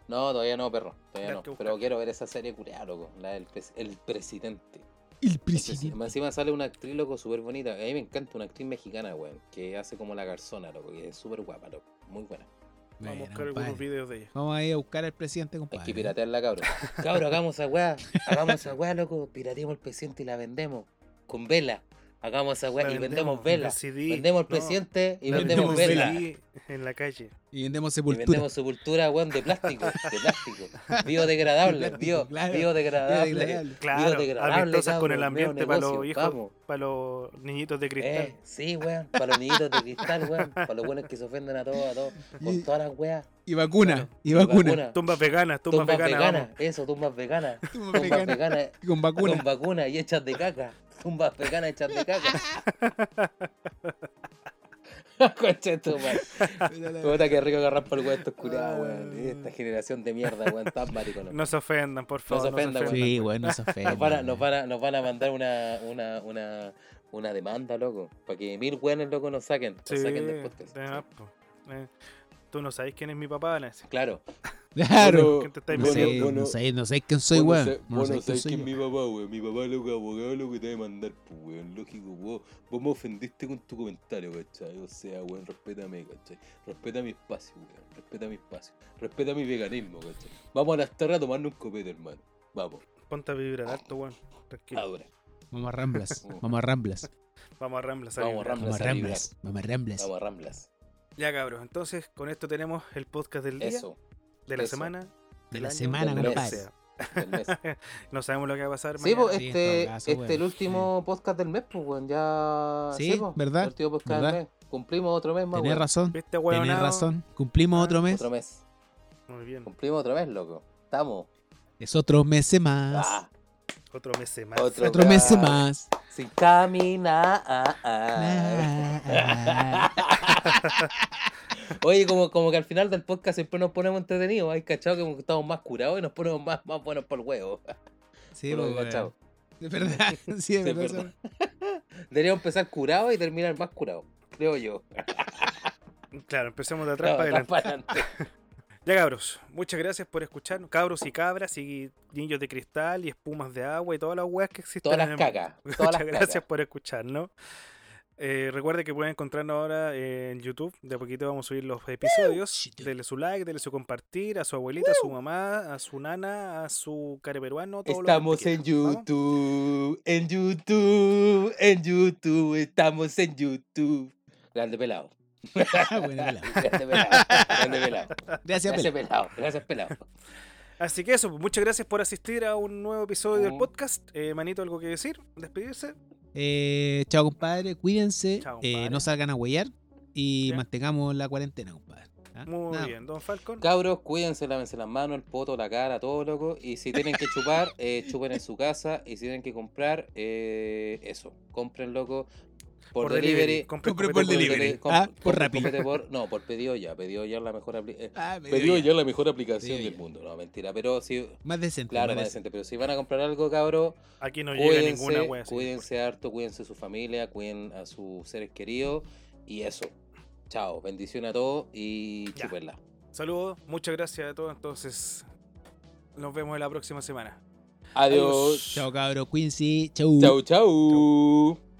No, todavía no, perro. Todavía
Tendrás
no.
que buscar.
Pero quiero ver esa serie culeada, loco. La del pres- el presidente.
El
Entonces,
presidente.
más encima sale una actriz, loco, súper bonita. A mí me encanta una actriz mexicana, weón. Que hace como la garzona, loco. Que es súper guapa, loco. Muy buena.
Vamos
Bueno,
a buscar
compadre.
algunos videos de ella.
Vamos a ir a buscar al presidente,
Hay
compadre.
que piratearla, cabrón. Cabrón, hagamos esa weá. Hagamos esa weá, loco. Pirateamos el presidente y la vendemos. Con vela. Hagamos esa weá
La
y vendemos
la
vela.
CD,
Vendemos el
no,
presidente y
la
vendemos vela.
CD En la calle.
Y vendemos
Y
sepultura.
vendemos sepultura, weón, de plástico. De plástico. Biodegradable.
De plástico,
bio-
claro.
biodegradable.
Biodegradable.
Claro,
Biodegradable,
amistosas con el
cabrón, veo
ambiente para los
negocio,
hijos,
vamos.
para los niñitos de cristal.
Eh, sí, weón. Para los niñitos de cristal, weón. Para los buenos que se ofenden a todos, a todos. Con
Y-
todas las weas.
Y vacuna. Y
Vacuna.
vacuna.
Tumbas veganas, tumbas
Tumbas veganas.
veganas. vamos.
Eso, tumbas veganas.
Tumbas
Tumbas
veganas.
veganas.
Y Con vacuna.
Con vacunas y hechas de caca. Tumbas veganas hechas de caca. Conche tu madre. Puta que rico agarrar por el huevo estos curados, weón. Esta generación de mierda, weón, tan maricón.
No se ofendan, por favor.
se ofendan, weón.
Sí, weón, no se eh.
Nos van, a, nos,
ofende.
van a, nos van a mandar una, una, una, una demanda, loco. Para que mil weones, loco, nos saquen. Nos
Sí,
saquen del podcast.
de más, po. Eh, Tú no sabes quién es mi papá, van a decir.
Claro.
Claro.
¿Quién te está
No sé,
invadiendo?
bueno,
no sé, no sé quién soy, weón. No sé quién
sabes
soy.
quién es mi
yo.
papá, weón. Mi papá, loco, abogado, loco, te va a mandar, pues, weón. Lógico, vos, vos me ofendiste con tu comentario, ¿cachai? O sea, weón, respétame, ¿cachai? Respeta mi espacio, weón. Respeta mi espacio. Respeta mi veganismo, ¿cachai? Vamos a las tarras a tomarnos un copete, hermano. Vamos,
Ponte a vibrar alto, weón. Tranquilo.
ahora.
Vamos a Ramblas. Vamos a Ramblas.
Vamos a Ramblas. a
Vamos a
vibrar.
Vamos
Ramblas.
a Ramblas. Vamos a Ramblas.
Vamos a Ramblas.
Ya, cabros. Entonces, con esto tenemos el podcast del día,
Eso.
de la
eso.
semana.
De
del
la
año,
semana,
de lo que
compadre.
sea.
Del mes.
No sabemos lo que va a pasar
Sí,
mañana.
pues
Sí, en
este,
todo caso,
este
weón.
el último podcast del mes, pues weón, ya.
Sí,
pues,
¿verdad?
El último podcast del
¿Verdad?
mes. Cumplimos otro mes más,
Tenés
weón.
razón.
Este weón.
Tenés razón. Cumplimos otro mes.
Otro mes.
Muy bien.
Cumplimos otro mes, loco. Estamos.
Es otro mes más.
Ah,
Otro mes más.
Otro.
Otro mes
weón.
más.
sin caminar. ah, ah.
ah.
Oye, como, como que al final del podcast siempre nos ponemos entretenidos. Hay cachado que como que estamos más curados y nos ponemos más, más buenos por el huevo.
Sí,
Por lo
pues, weón.
cachado.
De verdad. Sí, de
Sí, es
verdad.
verdad. Deberíamos empezar curados y terminar más curados, creo yo.
Claro, empecemos de atrás
No,
para
atrás
adelante.
para adelante.
Ya, cabros. Muchas gracias por escucharnos. Cabros y cabras y niños de cristal y espumas de agua y todas las weas que existen.
Todas
en
las
el-
cacas. Todas
Muchas
las
gracias
cacas.
por escucharnos. Eh, recuerde que pueden encontrarnos ahora eh, en YouTube. De a poquito vamos a subir los episodios.
Chito.
Dele su like, dele su compartir a su abuelita, a su mamá, a su nana, a su care peruano. todo lo que usted
Estamos
quiera,
en
¿vamos?
YouTube, en YouTube, en YouTube, estamos en YouTube.
Grande pelado.
Ah, buena la-
Grande pelado. Grande pelado.
Gracias,
Gracias,
Pela.
pelado. Gracias, pelado.
Así que eso, pues, muchas gracias por asistir a un nuevo episodio del
Mm.
podcast. Eh, manito, ¿algo que decir? ¿Despedirse?
Eh, chao, compadre. Cuídense.
Chao,
eh,
compadre.
no salgan a huellar. Y
Ya.
mantengamos la cuarentena, compadre. ¿Ah?
Muy
Nada
bien, don Falcon.
Cabros, cuídense, lávense las manos, el poto, la cara, todo loco. Y si tienen que chupar, eh, chupen en su casa. Y si tienen que comprar, eh, eso. Compren, loco. Por, delivery.
Compre,
Compre
compre
por
por
delivery.
delivery.
com-
Ah, por
compren,
Rappi.
cómprate por- no, por pedido ya. Pedido ya es la mejor eh, aplicación.
más. Ah, me dio
Pedido
ya.
ya la mejor aplicación
Pedido
del
ya.
mundo.
mundo, no, mentira. Pero si.
Más decente.
Claro,
más
más
decente.
decente. Pero si van a comprar algo, cabros,
Aquí no llega ninguna
cuídense.
wea. así.
cuídense harto, cuídense su familia, cuiden a sus seres queridos. Y eso. Chao. Bendición a todos y
Ya.
chupenla.
Saludos, muchas gracias a todos. Entonces, nos vemos la próxima semana.
Adiós.
Adiós.
Chao, cabro. Cuídense. Chau.
Chau, chau.